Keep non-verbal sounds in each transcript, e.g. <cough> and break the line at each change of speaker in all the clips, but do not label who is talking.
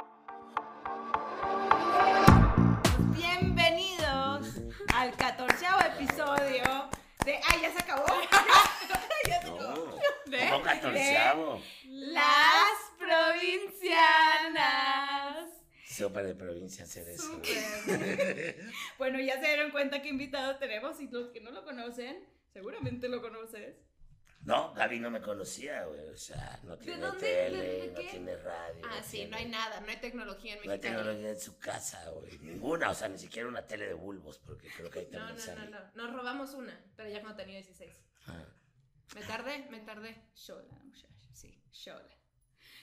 ¿Eh?
bienvenidos al 14 episodio de. ¡Ay, ya se acabó! <laughs> ya se acabó. De-
Como
¿Eh?
catorceavo.
Las provincianas.
Sopa de provincia hacer eso.
Bueno, ya se dieron cuenta qué invitados tenemos y los que no lo conocen, seguramente lo conoces.
No, Gaby no me conocía, güey. O sea, no tiene
dónde?
tele,
¿De- de
no
qué?
tiene radio.
Ah, sí,
tiene-
no hay nada, no hay tecnología en
este, No hay
Mexicali.
tecnología en su casa, güey. Ninguna, o sea, ni siquiera una tele de bulbos, porque creo que ahí
No,
también
no,
sale.
no, no. Nos robamos una, pero ya cuando tenía 16.
Ah,
Me tardé, me tardé. Shola, muchacha. Sí, shola.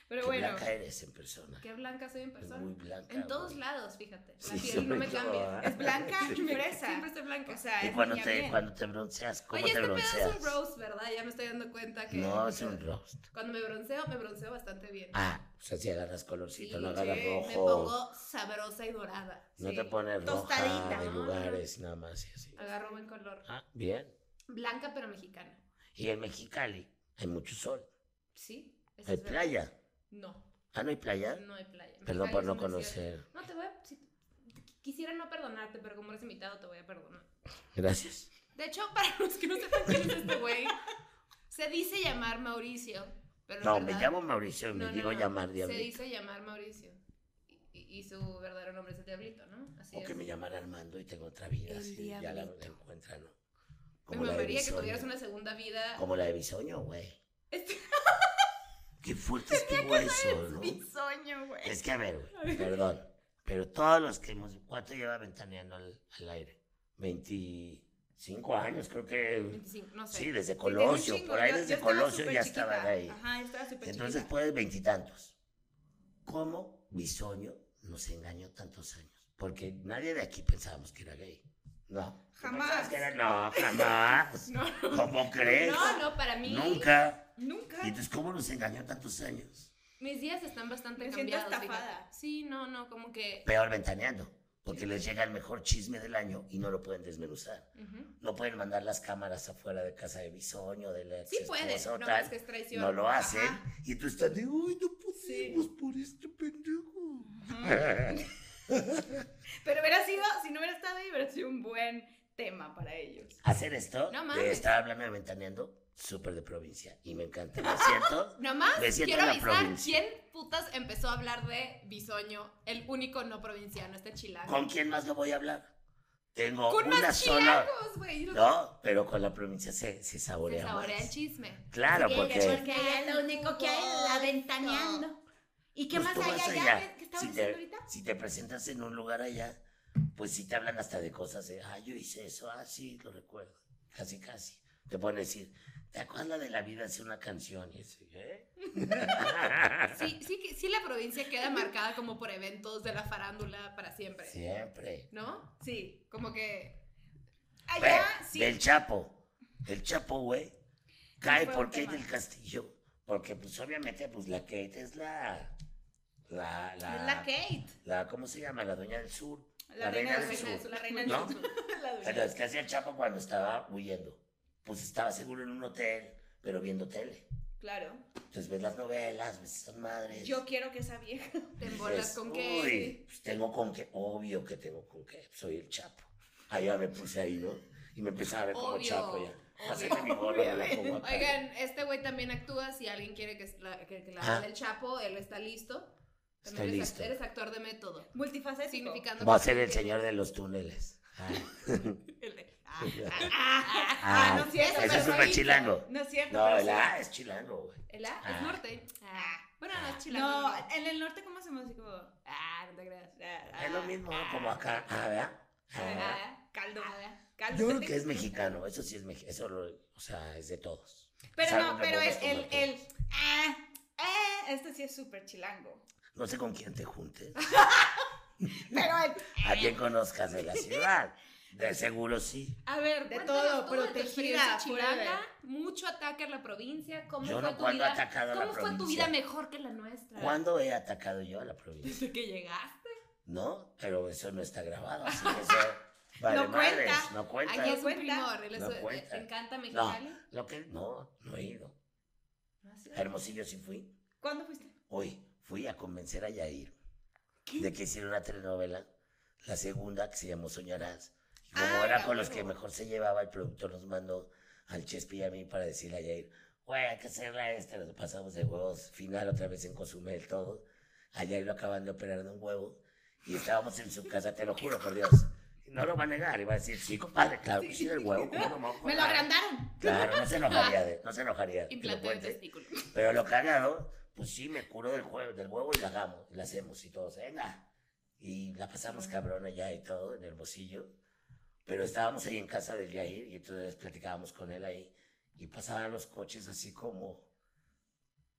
Pero
qué
bueno,
blanca eres en persona.
qué blanca soy en persona.
muy blanca,
en todos
güey.
lados, fíjate. La
Sí,
piel no
soy
me
yo,
cambia.
¿ah?
Es blanca y fresa.
Siempre estoy blanca.
O sea,
Y
es
cuando
niña
te,
bien.
cuando te bronceas, ¿cómo
Oye,
te
este
bronceas?
pedo es un roast, ¿verdad? Ya me estoy dando cuenta que.
no, es un roast.
Cuando me bronceo, me bronceo bastante bien.
Ah, o sea, si agarras colorcito, no agarras
sí,
rojo.
me pongo sabrosa y dorada.
No
sí.
te pones
Tostadita,
roja en
¿no?
lugares, nada más y así.
Agarro buen color.
Ah, bien.
Blanca, pero mexicana.
Y en Mexicali hay mucho sol.
Sí. eso
Hay
es verdad.
playa.
No.
Ah, no hay playa.
No hay playa. Mexicali
Perdón por
es
no
una ciudad-
conocer.
No te voy a. si- quisiera no perdonarte, pero como eres invitado, te voy a perdonar.
Gracias.
De hecho, para <laughs> los que no sepan quién es este güey, se dice llamar Mauricio. Pero
No,
en
me
verdad-
llamo Mauricio y me
No, no,
digo
no,
llamar
Se
Diablito.
dice llamar Mauricio. Y, y- y su verdadero nombre es el Diablito, ¿no? Así
O
es.
que me llaman Armando y tengo otra vida.
El
así, ya la,
Diablito.
encuentran, ¿no?
me
Como la, de
mamaría que
Bisoño.
tuvieras una segunda vida.
Como la de Bisoño, güey.
Este-
Qué
<laughs>
fuerte estuvo eso, ¿no?
Mi sueño, güey.
Es que a ver, güey, perdón. Pero todos los que hemos. ¿Cuánto lleva ventaneando al, al aire? 25 años, creo que.
25, no sé. <laughs>
Sí, desde
Sí, tiene un
Colosio.
chingo.
por ahí
Yo- yo
desde
estaba
Colosio
súper
ya estaban
chiquita.
ahí.
Ajá, yo estaba súper
Entonces pues,
chiquita.
puedes veintitantos. ¿Cómo Bisoño nos engañó tantos años? Porque nadie de aquí pensábamos que era gay. No. ¿Tú
Jamás.
pensabas que era- No,
<laughs>
jamás. <laughs> ¿Cómo crees?
No, no, para mí.
Nunca.
Nunca.
¿Y entonces cómo nos engañó tantos años?
Mis días están bastante
Me siento
cambiados.
estafada.
fíjate. Sí, no, no, como que.
Peor ventaneando. Porque les llega el mejor chisme del año y no lo pueden desmenuzar.
Ujú.
No pueden mandar las cámaras afuera de casa de Bisoño, de la
Sí
exesposa
puedes,
o
no
tal.
más que es traición.
No lo hacen.
Ajá.
Y tú estás de, uy, no pudimos por este pendejo.
Pero hubiera sido, si no hubiera estado ahí, hubiera sido un buen tema para ellos.
hacer esto.
No
de
mames.
estar hablando de ventaneando, súper de provincia. Y me encanta. Me
<laughs>
siento.
Nomás
Me siento
quiero
en la
avisar
provincia.
quién putas empezó a hablar de Bisoño, el único no provinciano, este chilango.
¿Con quién más lo voy a hablar? Tengo
Con
una
más
sola.
chilangos, güey. Lo-
No, pero con la provincia se, se
Se
saborea.
saborea
más.
el chisme.
Claro, porque.
porque allá es lo único que hay, la ventaneando. ¿Y qué
pues,
más
tú
hay
vas
allá?
allá.
¿Qué- ¿Qué estamos
si
haciendo
te,
ahorita?
si te presentas en un lugar allá, pues sí te hablan hasta de cosas. De, ah, yo hice eso. Ah, sí, lo recuerdo. Casi, casi. Te pueden decir, ¿te acuerdas la de la vida? Hace una canción. Y eh?". así, ¿eh?
<laughs>
Sí, sí, que- sí, la provincia queda marcada como por eventos de la farándula para siempre.
Siempre.
¿No?
Sí.
Como que.
Allá,
Ve,
sí.
Del Chapo. El Chapo, güey. Cae
fue
por
un
Kate
tema.
del Castillo. Porque, pues, obviamente, pues, la Kate es la... La, la,
Es la Kate.
la- ¿cómo se llama? Ah, La dueña del sur.
La, reina del
sur.
sur. La reina
¿No?
del sur. La dueña.
Pero es que hacía el Chapo cuando estaba huyendo. Pues estaba seguro en un hotel, pero viendo tele.
Claro.
Entonces ves las novelas, ves esas madres.
Yo quiero que esa vieja. <laughs>
Te
Dices,
embolas con que.
"Uy, pues tengo con qué, obvio que tengo con qué, soy el Chapo. Allá me puse ahí, ¿no? Y me empecé a ver como
Obvio,
Chapo ya.
obvio.
Hacerme mi gorro de la como acá.
Oigan, este güey también actúa. Si alguien quiere que la, que, que la
Ah.
hable el Chapo, él está listo.
Está
También eres,
listo.
act- eres actor de método.
Multifacético.
Significando
Va a
que-
ser el
que-
señor de los túneles. Ah,
El de- Ah, ah, ah, ah,
Ah,
no es cierto.
ese es
pero
súper
sí.
chilango.
No es cierto.
No,
pero
el
sí.
A es chilango, güey.
¿El A?
Ah.
Es norte.
Ah.
Bueno, no es chilango.
No,
no.
en el norte, ¿cómo hacemos? Así como. ah,
Ah, no te creas.
ah,
Es lo mismo como acá. Ah, ¿verdad? Ah.
Ah.
Caldo.
Ah.
caldo.
Yo creo que es mexicano, eso sí es mexicano, eso lo- o sea, es de todos.
Pero
Saben
no, pero el,
remover
el,
como
el,
todos.
ah, ah, este sí es súper chilango.
No sé con quién te juntes,
Pero el,
a quién conozcas de la ciudad. De seguro sí.
A ver,
De
cuéntanos
todo,
tú de tu
protegida,
experiencia chilanga,
forever.
mucho ataque a la provincia. ¿Cómo
Yo
fue
no
tu
cuando he
vida?
atacado a la
¿Cómo fue tu
provincia.
vida mejor que la nuestra?
¿Cuándo he atacado yo a la provincia?
Desde que llegaste.
No, pero eso no está grabado, así que
<laughs>
eso vale
No
madres,
cuenta.
no cuenta.
Aquí es un
cuenta.
primor. él es-
No
eh,
cuenta.
¿Te encanta
No,
Mexicali?
lo que no, no he ido.
No sé.
A Hermosillo sí fui.
¿Cuándo fuiste?
Hoy fui a convencer a Yair de que hiciera una telenovela La segunda, que se llamó Soñarás. Y
Ah,
como era
la
con los que
huevo.
mejor se llevaba, el productor nos mandó al Chespi y a mí para decirle a Jair, güey, hay que hacerla esta. Nos pasamos de huevos. Final otra vez en Cozumel, todo. A Jair lo acaban de operar de un huevo. Y estábamos en su casa, te lo juro, por Dios. No lo va a negar. Iba a decir, sí, compadre, claro que sí, el huevo. ¿cómo no va a
Me lo
operar?".
agrandaron.
Claro, no se enojaría, de- no se enojaría. te lo
Implante de
cuento.
testículo.
Pero lo cagado, pues sí, me curó del huevo, del huevo y la hagamos, la hacemos y todos, venga. Y la pasamos cabrona ya y todo, en Hermosillo. Pero estábamos ahí en casa del Yair y entonces platicábamos con él ahí. Y pasaban los coches así como...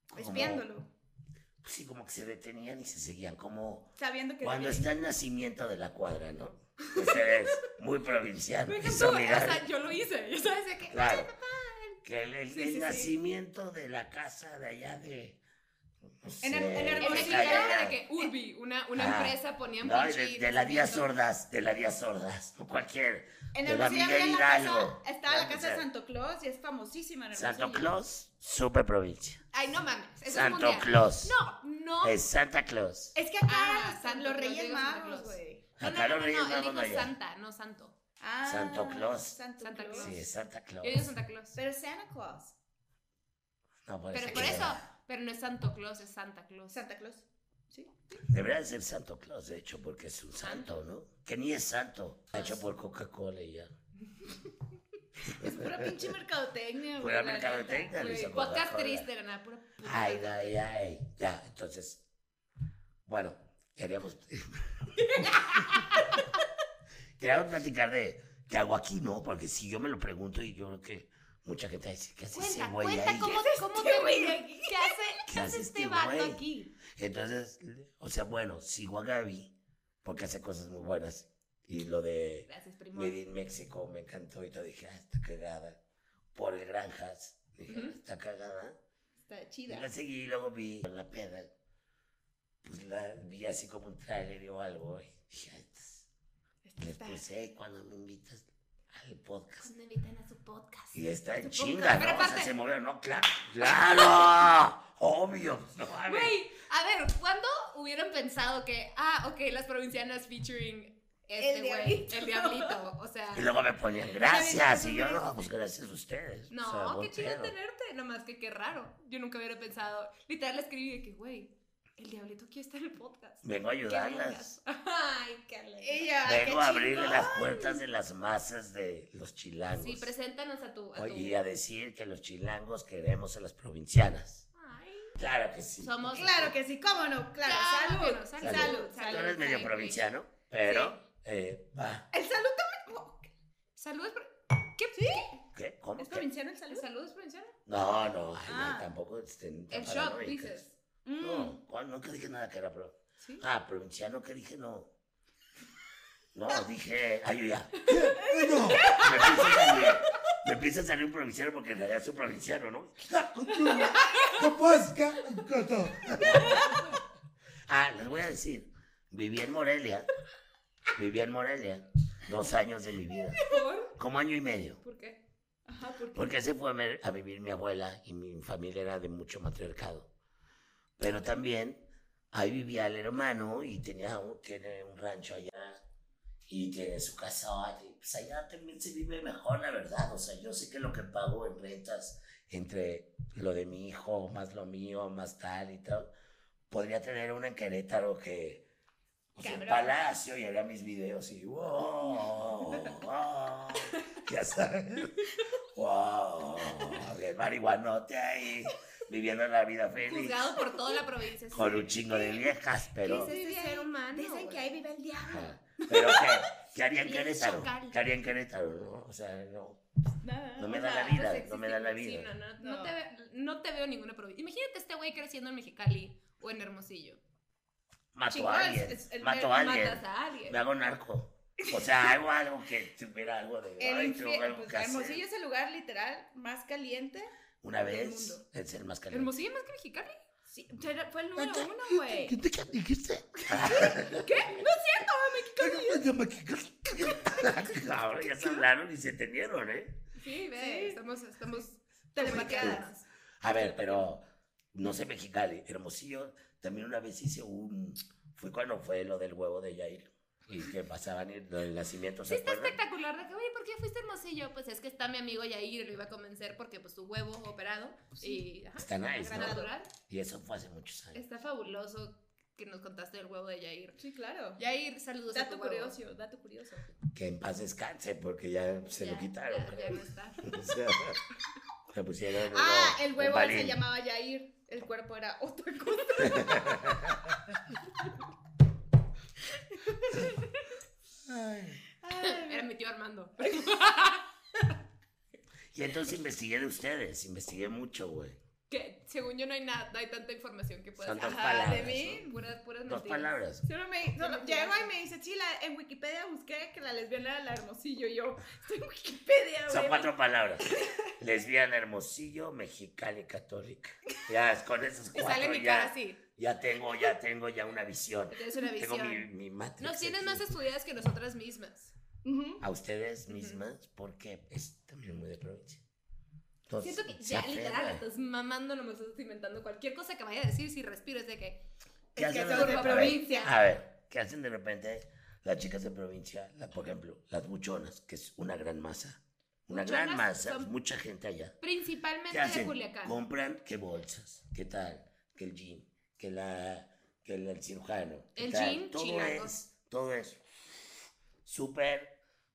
como-
Espiándolo.
pues sí, como que se detenían y se seguían, como...
Sabiendo que.
Cuando
es
está el nacimiento de la cuadra, ¿no? Ustedes, muy provinciano.
Me
eso,
encantó. O
mirar.
sea, yo lo hice. Ya sabes de qué.
<laughs>
Claro. Que el, el-
Sí,
el
sí, sí.
nacimiento de la casa de allá de. no
En el-
sé,
en el
En México
Hermosillo.
era
Tlaxcala.
de que Urbi, una, una
Ah.
empresa, ponían
No, y
pinche
de, de la Día
nacimiento.
Sordas, de la Día Sordas, no cualquier.
En
de la
Hermosillo
Miguel
había la
Hidalgo.
casa, estaba la casa
Claro,
de
o sea,
Santo Claus y es famosísima en Hermosillo.
Santo Claus, super provincia.
Ay, no mames. Eso es
Santo
mundial.
Claus.
No, no.
Es Santa Claus.
Es que acá
Ah,
los,
Santo
los
Claus,
Reyes
digo Santa
Magos,
Claus.
güey.
No,
Acá
no, no,
los
no,
Reyes
no, él
Magos
dijo
no llegan.
Santa, no Santo.
Ah,
Santo Claus.
Santo,
Santa
Claus.
Sí, es Santa Claus.
Yo digo Santa Claus.
Pero Santa Claus.
No, por
Pero
eso
por
que-
eso, pero no es Santo Claus, es Santa Claus.
Santa Claus. Sí.
Debería de ser Santo Claus, de hecho, porque es un santo, ¿no? Que ni es santo. Está hecho por Coca-Cola y ya.
Es pura pinche mercadotecnia, güey.
Pura
la
mercadotecnia,
neta,
Luis
güey.
Amor.
Podcast
Joder.
triste, era nada, puro. puto.
Ay, ay, ay. Ya, entonces. Bueno, queríamos. <laughs> queríamos platicar de qué hago aquí, ¿no? Porque si yo me lo pregunto y yo creo que mucha gente va a decir, ¿qué hace
Cuenta,
ese güey ahí?
cuenta cómo, cómo
este
te
güey aquí?
¿Qué hace,
¿Qué hace
¿qué hace
este
este vato
güey?
aquí?
Entonces, o sea, bueno, sigo a Gaby porque hace cosas muy buenas. Y lo de
Gracias, primo.
Made in México me encantó y todo. Dije, ah, está cagada. Por el Granjas. Dije,
Ujú.
"Ah, está cagada.
Está
Y
chida.
la seguí y luego vi con la peda. Pues la vi así como un tráiler o algo. Y dije, "Ay, estas".
Este
Esta
les
está-
puse "Ey, cuando me invitas al podcast.
Cuando Pues invitan a su podcast.
Y está en
Supongo que-
chinga,
Pero
¿no? O sea,
aparte-
se movió, no, claro. ¡Claro! <laughs> Obvio. No, a ver.
Güey, a ver, ¿cuándo hubieran pensado que, ah, ok, las provincianas featuring este
El
güey,
diablito.
el diablito? O sea,
Y luego me ponían gracias. Y yo, no, pues gracias a ustedes.
no,
O sea, buen
qué chido
pedo.
tenerte, nomás que qué raro. Yo nunca hubiera pensado, literal le escribí de que, güey, el diablito quiere estar en el podcast. <laughs>
Vengo a ayudarlas.
Qué vergas. Ay, qué alegría.
Ella,
Vengo a abrir
chingón.
las puertas de las masas de los chilangos.
Sí, preséntanos a tu. A tu...
Oye, y a decir que los chilangos queremos a las provincianas.
Ay,
Claro que sí.
somos.
Claro que sí, cómo no, claro.
Claro
salud,
que no,
salud,
salud,
salud,
Tú
salud.
eres medio
Ay,
provinciano, pero eh, va.
El salud también. oh,
Saludos. pro- ¿Qué?
¿Qué? ¿Cómo?
¿Es
¿Qué?
provinciano el salud?
Saludos, provinciana.
No, no, ay, no,
Ah.
tampoco. este, ni tan
El shop,
paranoicas.
dices.
Mm.
No, ¿cuál? nunca dije nada que era pro.
Sí.
Ah, provinciano, ¿qué dije? No. No, dije. Ay, yo ya. Ay, no. Me empieza a salir. Me empieza a salir un provinciano porque en realidad es un provinciano, ¿no? Ah, les voy a decir. Viví en Morelia. Viví en Morelia. Dos años de mi vida.
¿Por?
Como año y medio.
¿Por qué? Ajá, ¿por qué?
Porque se fue a, ver- a vivir mi abuela y mi familia era de mucho matriarcado. Pero también ahí vivía el hermano y tenía un, tiene un rancho allá y tiene su casa. Pues allá también se vive mejor, la verdad. O sea, yo sé que lo que pago en rentas entre lo de mi hijo, más lo mío, más tal y tal, podría tener una en Querétaro que... Pues en
Cabrón.
Palacio y haría mis videos y wow,
<laughs>
wow, ya sabes. Wow, el marihuanote ahí, viviendo la vida feliz,
Juzgado por toda la provincia. sí.
con un chingo de viejas, pero...
¿Qué es este ser humano,
Dicen que
güey?
ahí vive el diablo.
Ajá. Pero qué, ¿qué haría en
Bien
Querétaro?
chacal.
¿Qué haría en Querétaro? No, o sea, no. No me da
O
la
sea,
vida,
pues
no me da la
existe-
vida.
sí, no, no, no
No.
te, ve- no te veo ninguna provincia. Imagínate este güey creciendo en Mexicali o en Hermosillo.
Mato
Chingón,
a
es-
alguien,
es el
mato
ver-
a alguien,
Matas a alguien.
me hago narco. O sea, hago algo que tuviera algo de...
El
ay, tengo
infierno.
algo
Pues,
que hacer.
Hermosillo es el lugar literal más caliente.
Una
del
vez,
mundo.
es el más caliente.
Hermosillo más que Mexicali.
Sí, era- fue el número uno, güey.
¿Qué te dijiste?
¿Qué? No es cierto, mexicano.
<laughs> Ahora ya se hablaron y se entendieron, ¿eh?
Sí, ve,
Sí.
estamos, estamos
Telepateadas.
A ver, pero no sé Mexicali, Hermosillo, también una vez hice un... Fue cuando fue lo del huevo de Yair. y que pasaban y lo del nacimiento.
Sí,
¿se
está este
acuerdan?
espectacular. De que, oye, ¿por qué fuiste a hermosillo? Pues es que está mi amigo Yair, lo iba a convencer porque, pues, su huevo operado. Y, ajá,
Está nice,
gran
¿no?
natural.
Y eso fue hace muchos años.
Está fabuloso que nos contaste el huevo de Yair.
Sí, claro.
Yair, saludos a
Dato
tu huevo.
curioso, dato curioso.
Que en paz descanse, porque ya se
Ya,
lo quitaron.
Ya,
creo.
ya no está.
<laughs> O sea, le pusieron uno-
Ah, el
un
huevo se
balín.
llamaba Yair. El cuerpo era otra cosa.
Ay.
Era mi tío Armando.
Y entonces investigué de ustedes, investigué mucho, güey.
Que según yo no hay nada, no hay tanta información que puedas
Son dos
hacer.
palabras,
de mí, puras, puras
Dos
mentiras.
palabras.
Solo me, solo, llegó y me dice, sí, la- en Wikipedia busqué que la lesbiana era la hermosillo. Y yo, estoy en Wikipedia,
Son
güey.
cuatro palabras. Lesbiana, hermosillo, mexicana y católica. Ya, con esos
Te
cuatro
sale mi
ya,
cara así.
ya tengo, ya tengo ya una visión.
Tienes una
Tengo mi,
visión.
mi matrix
Nos tienes
aquí.
más estudiadas que nosotras mismas.
Ujú.
A ustedes mismas, porque es también muy de provincia. Entonces,
Siento que
se
ya literal
aferran.
estás mamando, no me estás inventando cualquier cosa que vaya a decir si respires de que
¿Qué
Es que
hacen
son de
repente?
Ah.
provincia.
A ver, ¿qué hacen de repente las chicas de provincia? La- por ejemplo, las buchonas, que es una gran masa. Una gran
Buchonas
masa,
son-
mucha gente allá. ¿Qué
principalmente de
hacen?
Culiacán.
Compran qué bolsas, qué tal, que el jean, que la que el, el cirujano. qué
El
tal.
jean,
todo
chilango.
es, todo es súper.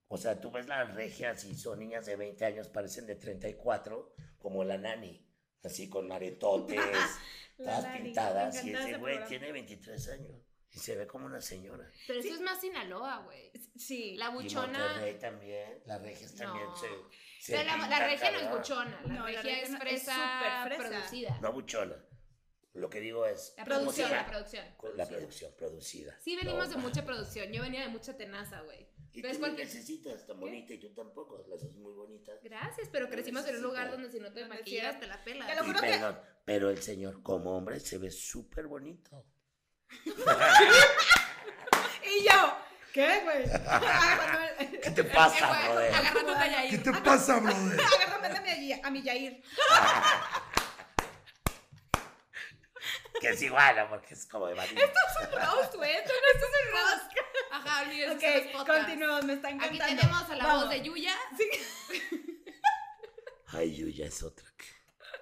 O sea, tú ves las regias y son niñas de 20 años, parecen de 34, como la nani, así con
<laughs>
aretotes,
La
todas
nani, me
pintadas. Y
encantaba
ese
ese
güey
programa.
tiene 23 años y se ve como una señora.
Pero eso es más Sinaloa, güey.
Sí.
La
Y
buchona.
Monterrey también, las regias también
No.
se. se
Pero la, la
pintan,
regia no es
cabrón.
buchona, la
No, la
regia
regia
es
no- es
fresa
súper fresa.
producida.
No buchona. Lo que digo es.
La
¿cómo se
producción,
llama?
la producción.
Con la producción producida.
Sí venimos
No,
de
ma.
pues mucha producción, yo venía de mucha tenaza, güey.
Y
¿Ves
tú
cuál
ni
que-
necesitas tan bonita y tú tampoco. Las dos muy bonitas.
Gracias, pero
No
crecimos en un lugar
necesito.
donde si no te
No
maquillas
necesito.
te la pelas.
Te lo
Y
juro que-
perdón, pero el señor como hombre se ve súper bonito.
Y yo, ¿qué, güey? Ah, cuando-
¿Qué te
Eh, <laughs>
pasa,
güey,
brother?
Agarrándote a Yair.
te pasa, brother?
Agarrándome a mi, a mi Yair.
Que es igual, ¿no? porque es como de varilla.
Roast, güey. Esto no esto es un roast.
Ajá, olvídense de los
Ok,
podcasts.
continuamos. Me están
Aquí
encantando.
tenemos a la
Vamos.
voz de Yuya.
Ay, Yuya es otra. que-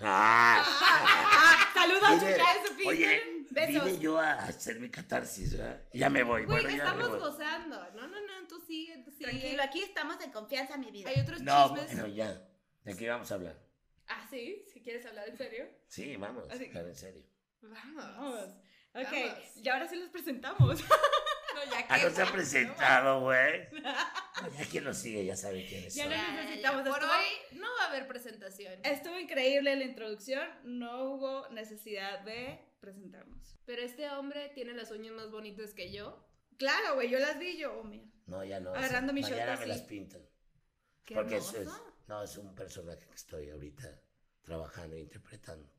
¡Ah!
Ah, <laughs> saludos,
Vive-
Chucha, de su pista.
Oye,
Besos.
vine yo a hacer mi catarsis, ¿verdad? Ya me voy.
Güey,
bueno, ya me
estamos
voy.
gozando. No, no, no, tú sigue, tú sigue.
Tranquilo, aquí estamos en confianza, mi vida.
Hay otros
No,
chismes.
bueno, ya. ¿De qué vamos a hablar?
Ah, sí, si quieres hablar en serio.
Sí, vamos,
Así-
claro, en serio.
Vamos.
Vamos.
Ok,
Vamos.
y ahora sí los presentamos. <laughs>
No, ya
Ah,
que.
no se ha presentado, güey. Ya quien lo sigue ya sabe quién es.
Ya no-
necesitamos
necesitamos
Por
esto.
hoy no va a haber presentación.
Estuvo increíble la introducción, no hubo necesidad de presentarnos.
Pero este hombre tiene las uñas más bonitas que yo.
Claro, güey, yo las vi yo, oh, mira.
No, ya no.
Agarrando mi
mañana
shot
me
así.
las pintan.
Qué
Porque eso
hermoso.
es, no, es un personaje que estoy ahorita trabajando e interpretando.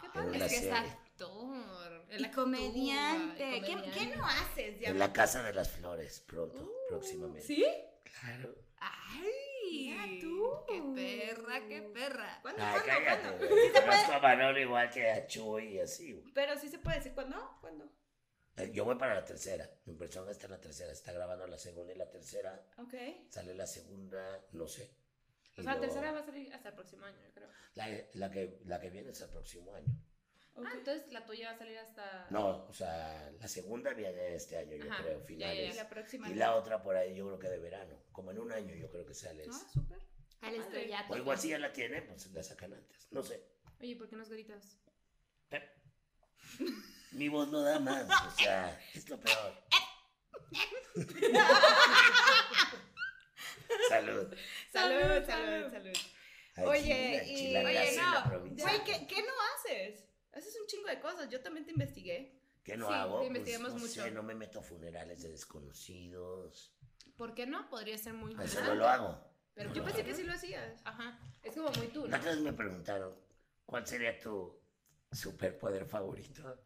Qué
En
padre.
una
Es que es
serie.
actor.
Y
Él actúa, y
¿Qué, qué
comediante.
no haces,
En la Casa de las Flores, pronto, próximamente.
¿Sí?
Claro.
¡Ay!
Mira tú.
¡Qué perra, qué perra!
¿Cuándo?
Ay,
¿Cuándo?
cállate,
¿Cuándo?
güey.
Sí se
Conozco
puede.
a Manolo igual que a Chuy y así, güey.
Pero sí se puede decir cuándo, cuándo.
Eh, Yo voy para la tercera. Mi persona está en la tercera. Está grabando la segunda y la tercera.
Ok.
Sale la segunda, no sé.
O
Y
sea, la
luego-
tercera va a salir hasta el próximo año, yo creo.
La, la que, la que viene es el próximo año.
ok.
Ah, entonces la tuya va a salir hasta.
No, o sea, la segunda viene este año, yo
Ajá,
creo,
ya,
Y
finales.
la próxima.
Y la otra por ahí yo creo que de verano, como en un año yo creo que sale.
Ah,
esa.
súper.
Al
Madre.
estrellato.
O igual si ya la tiene, pues la sacan antes. No sé.
Oye, ¿por qué nos gritas?
Pe- Mi voz no da más, o sea, <laughs> es lo
<laughs>
peor. Salud.
Salud, salud,
Salud, salud.
salud.
Ay,
Oye,
chila,
y-
chila,
oye,
gracias en la
no,
provincia.
Güey, ¿qué, ¿qué no haces? Haces un chingo de cosas. Yo también te investigué.
¿Qué no
Sí,
hago? Pues,
investigamos
no
mucho.
sé, no me meto a funerales de desconocidos.
¿Por qué no? Podría ser muy
Eso no
interesante.
Pues lo hago.
Pero
No
Yo
lo
Ajá.
pensé
hago.
que sí lo hacías.
Ajá. Es como muy tú,
La
¿no?
otra vez me preguntaron, ¿cuál sería tu superpoder favorito?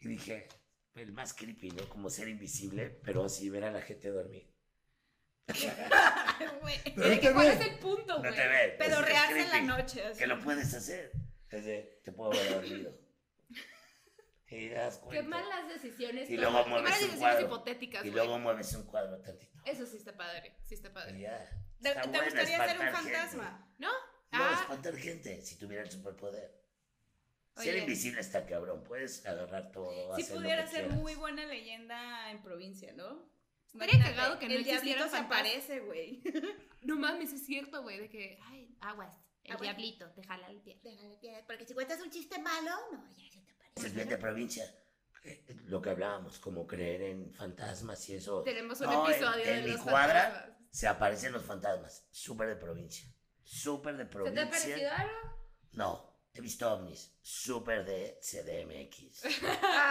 Y dije, el más creepy, ¿no? Como ser invisible, pero así ver a la gente dormir.
<laughs> Güey.
Pero ahí te
¿Cuál es
ve.
el punto,
No
güey?
te ve.
Pero
es- es
rehace en la
creepy,
noche. así. <laughs>
Que lo puedes hacer. Es de, te puedo ver dormido. Y das cuenta.
Qué malas decisiones.
Y
tomas.
luego
Qué
mueves
malas
un
decisiones
cuadro.
hipotéticas,
Y
güey.
luego mueves un cuadro tantito.
Eso sí está padre, sí está padre.
Y ya.
¿Te,
Está
te
bueno
gustaría ser un
espantar
fantasma?
gente.
¿No?
No,
Ah.
espantar gente si tuviera el superpoder. Ser
Oye.
invisible está cabrón. Puedes agarrar todo.
Si
hacer lo
pudiera
que
ser
quieras.
muy buena leyenda en provincia, ¿no?
Estaría
Imagínate,
cagado que no
El diablito
existieran
se
fantasmas.
aparece,
<laughs>
güey.
No mames, es cierto, güey, de que, ay, aguas, el
Aguas.
diablito, te jala el pie.
Déjale piedad, porque si cuentas ¿Este un chiste malo, no, ya se te
Es
aparece.
bien de provincia. Eh, Lo que hablábamos, como creer en fantasmas y eso.
Tenemos un
No, en-
episodio
en
de
mi
los
cuadra,
fantasmas.
Se aparecen los fantasmas. Súper de provincia. Súper de
¿Se te
provincia.
ha parecido algo?
No, he visto ovnis. Súper de
<laughs>
CDMX.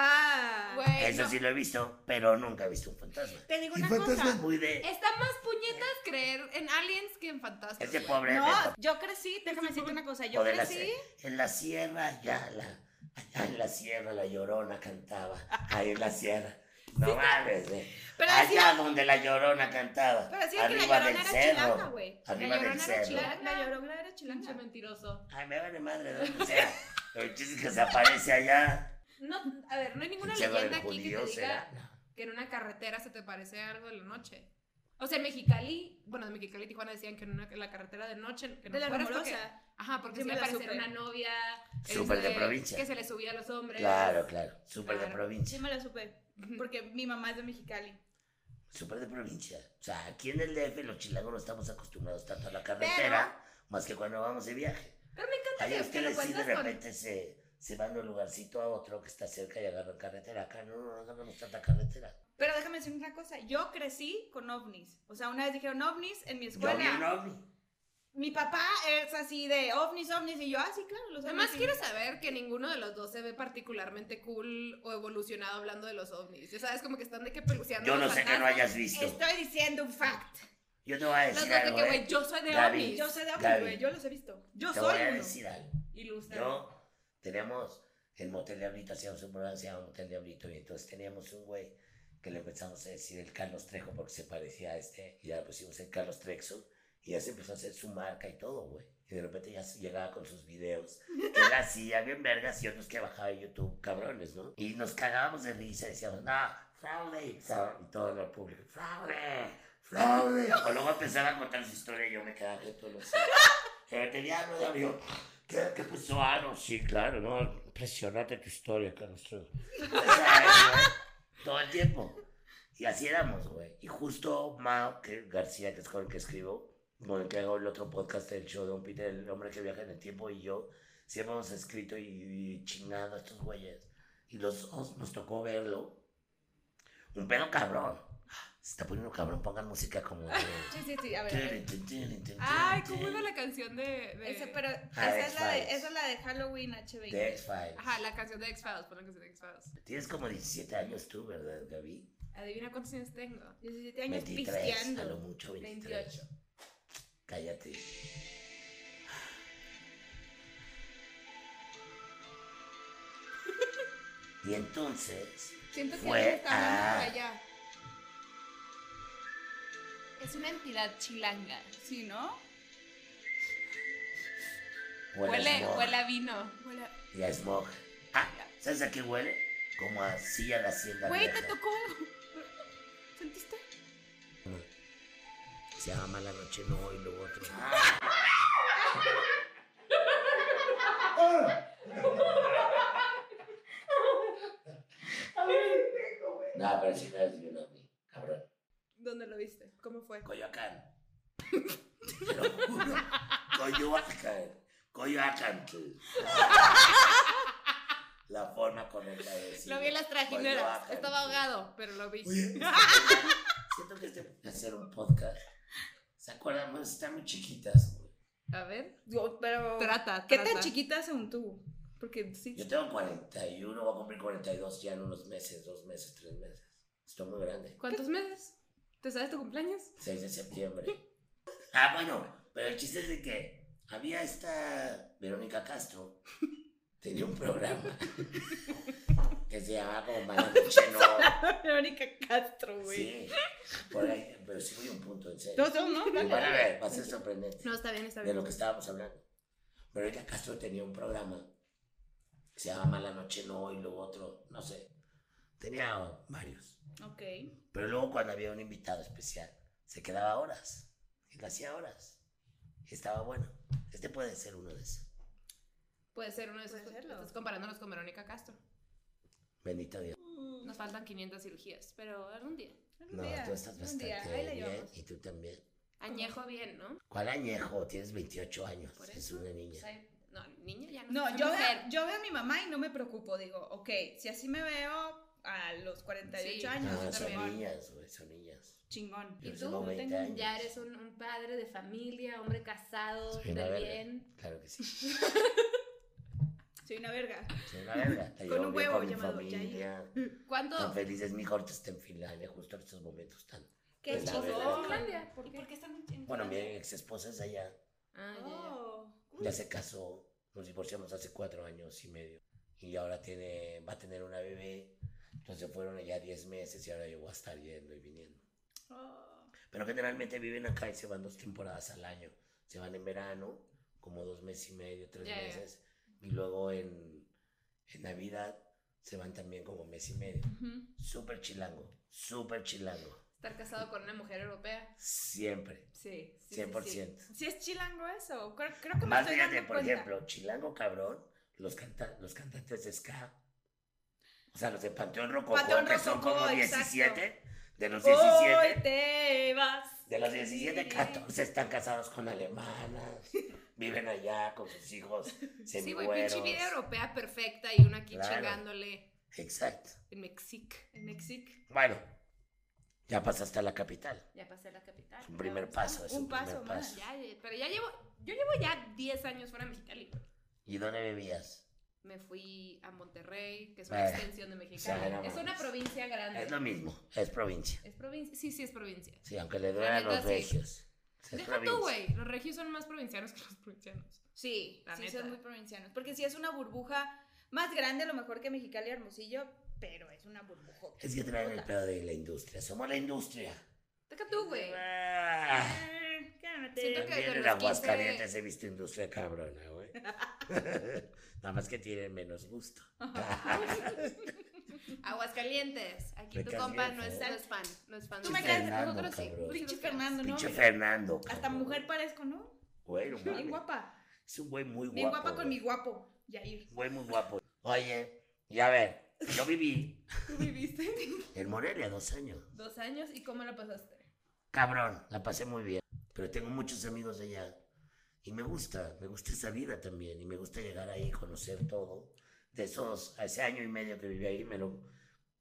Ah,
Güey,
Eso
no.
sí lo he visto, pero nunca he visto un fantasma.
Te digo
Y
una
fantasma es
cosa.
muy de.
Está más puñetas creer en aliens que en fantasmas.
Es de
güey.
este pobre.
No,
de po-
yo crecí, déjame decirte una cosa, yo
o de la
crecí.
se- en la sierra, ya, la, allá en la sierra, la llorona cantaba. Ahí en la sierra. No mames, eh.
Pero
allá
decía-
donde la llorona cantaba.
Pero decían que la
arriba del
llorona era
cerro.
chilanga, güey.
arriba
La
del
Llorona era
cerro.
chilanga.
La, la llorona era
Pinche
chilanga.
mentiroso.
Ay, me vale madre de donde sea. El chiste es que se aparece allá.
No, a ver, no hay ninguna
El cerro del
leyenda aquí que
judío
te diga
será. No.
que en una carretera se te parece algo de la noche. O sea, en Mexicali, bueno, en Mexicali y Tijuana decían que en, una- en la carretera de noche, que no
De la
fueras porque-
rumorosa.
Ajá, porque
Yo
se
me
le
la
aparecía
supe.
una novia.
Súper de
este,
provincia.
Que se le subía a los hombres.
Claro, claro. Súper de
Claro.
Sí
provincia.
me la supe, porque mi mamá es de Mexicali.
Súper Pues de provincia. O sea, aquí en el DF los chilangos no estamos acostumbrados tanto a la carretera, más que cuando vamos de viaje.
Pero me encanta
Allá
que, que
ustedes sí
lo
de
cuentas con...
repente se, se van de un lugarcito a otro que está cerca y agarran carretera. Acá no, no agarramos tanta carretera.
Pero déjame decir una cosa, yo crecí con ovnis. O sea, una vez dijeron ovnis en mi
Yo vi un
escuela.
ovni.
Mi papá es así de ovnis, ovnis, y yo, ah, sí, claro, los ovnis.
Además,
sí.
Pues quiero saber que ninguno de los dos se ve particularmente cool o evolucionado hablando de los ovnis. Ya sabes, como que están de que peluceando.
Yo
los
no sé que no
fantasmas.
hayas visto.
Estoy diciendo un fact.
Yo te voy a
Los
decir
dos de
algo.
Este que,
¿eh?
güey, yo soy de
Gaby.
ovnis.
Yo sé de ovnis,
Gaby.
güey, yo los he visto. Yo
Te
soy
voy a
uno.
decir algo.
Ilustra.
Yo teníamos el motel Diablito, hacíamos un programa que se llamaba Motel Diablito, y entonces teníamos un güey que le empezamos a decir el Carlos Trejo porque se parecía a este, y ya le pusimos el Carlos Trexo, y ya se empezó a hacer su marca y todo, güey. Y de repente ya se- llegaba con sus videos, que él hacía bien vergas y otros que bajaba de YouTube, cabrones, ¿no? Y nos cagábamos de risa, decíamos, no, fraude, y sa- y todo el público, fraude, fraude. O luego empezaba a contar su historia y yo me quedaba todo lo sé. Pero tenía algo de avión. ¿Qué, ¿Qué puso? Ah, no, sí, claro, no. Impresionante tu historia, Carlos Trejo. Esa es, güey, Todo el tiempo. Y así éramos, güey. Y justo Mao que García, que es con el que escribo, con el que hago el otro podcast del show de Don Peter, el hombre que viaja en el tiempo, y yo, siempre hemos escrito y, y chingado a estos güeyes. Y los dos nos tocó verlo. Un pedo cabrón. Se está poniendo cabrón, pongan música como. de-
Sí, sí, sí, a ver. a ver.
Ay, ¿cómo era la canción de. de-
Ese- pero
Ah,
esa es, la de,
X-Files.
esa es la de Halloween HB.
De X-Files.
Ajá, la canción de X-Files. Pon la canción de X-Files.
Tienes como 17 años tú, ¿verdad, Gaby?
Adivina cuántos años tengo.
17 años
23,
pisteando.
a lo mucho 23.
28.
Cállate. Y entonces,
Siento que
Fue
alguien está hablando
a-
por allá. Es una entidad chilanga.
Sí, ¿no?
huele, a
Huele,
smog.
huele a vino.
Y a smog. Ah, ¿sabes a qué huele? Como a silla de hacienda
Güey, te
vieja.
tocó algo. <laughs> ¿Sentiste?
Se llama la noche, no, y luego otro. No, pero si no es de un ovni, cabrón.
¿Dónde lo viste? ¿Cómo fue?
Coyoacán. Te lo juro. Coyoacán. Coyoacán. tú. La forma correcta de decir.
Lo vi en las trajineras.
Coyoacán,
Estaba
tú.
ahogado, pero lo vi.
Oye, siento que este puede hacer un podcast. ¿Se acuerdan? Bueno, están muy chiquitas, güey.
A ver.
pero.
Trata,
¿Qué
trata.
tan chiquita según tú? Porque sí.
Yo tengo 41, voy a cumplir 42 ya en unos meses, dos meses, tres meses. Estoy muy grande.
¿Cuántos meses? ¿Te sabes tu cumpleaños?
6 de septiembre. Ah, bueno, pero el chiste es de que había esta Verónica Castro, tenía un programa <laughs> que se llamaba como Mala Noche No.
<laughs> Verónica Castro, güey.
Sí, por ahí, pero sí voy a un punto, en serio.
Todos son, ¿no?
Y
Dale,
van a
dale.
ver, va a ser sorprendente
No, está bien, está
de
bien.
lo que estábamos hablando. Verónica Castro tenía un programa que se llama Mala Noche No y luego otro, no sé. Tenía varios.
Ok.
Pero luego cuando había un invitado especial, se quedaba horas. Y lo hacía horas. Y estaba bueno. Este puede ser uno de esos.
Puede ser uno de esos.
Puede serlo.
Estás comparándonos con Verónica Castro.
Bendito Dios.
Mm.
Nos faltan 500 cirugías, pero algún día.
Algún
No,
día,
tú estás
algún
bastante
día, ahí la
bien.
llevamos.
Y tú también.
Añejo bien, ¿no?
¿Cuál añejo? Tienes 28 años.
Por
Es
eso,
una
O
niña.
sea, no, niña ya no.
No,
soy
yo
mujer.
veo, yo veo a mi mamá y no me preocupo. Digo, ok, si así me veo a los 48
Sí.
años,
No, Ah, son
chingón.
niñas, güey, son niñas.
chingón.
Yo
¿Y
tengo
tú?
20 años.
Ya eres un, un padre de familia, hombre casado,
Soy
de
una verga.
bien.
Claro que sí.
<laughs> Soy una verga.
Soy una verga. La
Con
llevo
un
bien
huevo
con mi
llamado
familia.
¿Cuánto?
Tan feliz es mi hijo ahorita está en Finlandia, justo en estos momentos tan.
Qué
Pues la verga.
chingón.
Finlandia, ¿por
¿Y
qué?
por qué están en
Bueno, mi ex esposa es allá.
Ah, ya, ya.
Oh.
Ya se casó, nos divorciamos hace cuatro años y medio. Y ahora tiene, va a tener una bebé. Entonces fueron allá diez meses y ahora yo voy a estar yendo y viniendo.
Oh.
Pero generalmente viven acá y se van dos temporadas al año. Se van en verano, como dos meses y medio, tres
Ya, ya.
meses. Y luego en, en Navidad se van también como mes y medio.
Ujú.
Súper chilango, súper chilango.
Estar casado con una mujer europea.
Siempre,
Sí. sí, sí,
100%.
Sí, ¿Sí es chilango eso. Creo, creo que me
Más
estoy
fíjate,
dando
por
cuenta.
ejemplo, Chilango Cabrón, los, canta- los cantantes de Ska, o sea, los de Panteón Rococó,
Panteón
que son
Rococó,
como
exacto.
17, de los
Hoy
17,
te vas.
de los 17, 14 están casados con alemanas, viven allá con sus hijos
Sí, güey, pinche vida
semigüeros.
europea perfecta y una aquí
Claro.
chingándole
Exacto.
en Mexic.
En Mexic.
Bueno, ya pasaste a la capital.
Ya pasé a la capital.
Es un
ya
primer
avanzamos.
paso, es
un
un,
paso
primer
más.
paso.
Ya, ya, pero ya llevo, yo llevo ya 10 años fuera de Mexicali. güey.
¿Y dónde vivías?
Me fui a Monterrey, que es una
Eh,
extensión de
ya,
Mexicali.
no
es una
mames.
provincia grande.
Es lo mismo, es provincia.
¿Es provincia? Sí, sí, es provincia.
Sí, aunque le duelen a
neta,
los
sí.
regios. Es
Deja
provincia.
tú, güey. Los regios son más provincianos que los provincianos.
Sí,
La
sí
neta.
son muy provincianos. Porque sí es una burbuja más grande a lo mejor que Mexicali y Hermosillo, pero es una burbuja.
Es que traen el pedo de la industria. Somos la industria.
Deja tú,
Pues,
güey.
Ah,
Siento Pues, que
Bien
desde
en
los 15...
Aguascalientes he visto industria cabrona,
<laughs>
güey. Nada más que tienen menos gusto. <laughs>
Aguascalientes. Aquí
Me
tu
caes
compa
bien,
no es,
¿eh?
no es fan. No es fan.
Tú
de
me
ustedes.
caes-
Fernando,
Nosotros sí.
cabrón.
nosotros
Pinche
sí te caes.
Fernando, ¿no?
Ah, Pinche
Mira,
Fernando.
Hasta
cabrón.
mujer parezco, ¿no?
Güey,
<laughs>
no
Bien
mames.
guapa.
Es un güey muy guapo.
Bien guapa con mi
güey.
guapo, Yair.
Güey muy guapo. Oye, y a ver, yo viví
Tú viviste
en Morelia dos años.
<laughs> dos años y ¿cómo la pasaste?
Cabrón, la pasé muy bien. Pero tengo muchos amigos de allá. Y me gusta, me gusta esa vida también. Y me gusta llegar ahí, conocer todo. De esos, ese año y medio que viví ahí, me lo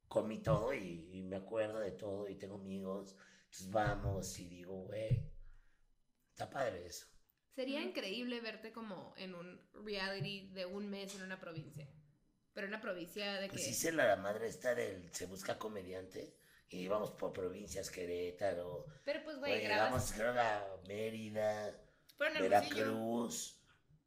comí todo y, y me acuerdo de todo y tengo amigos. Entonces vamos y digo, güey, está padre eso.
Sería increíble verte como en un reality de un mes en una provincia. Pero una provincia de que...
Pues hice la madre esta del Se Busca Comediante. Y íbamos por provincias, Querétaro.
Pero pues,
Güey,
güey, grabas...
llegamos creo a Mérida,
Fueron Hermosillo.
Veracruz.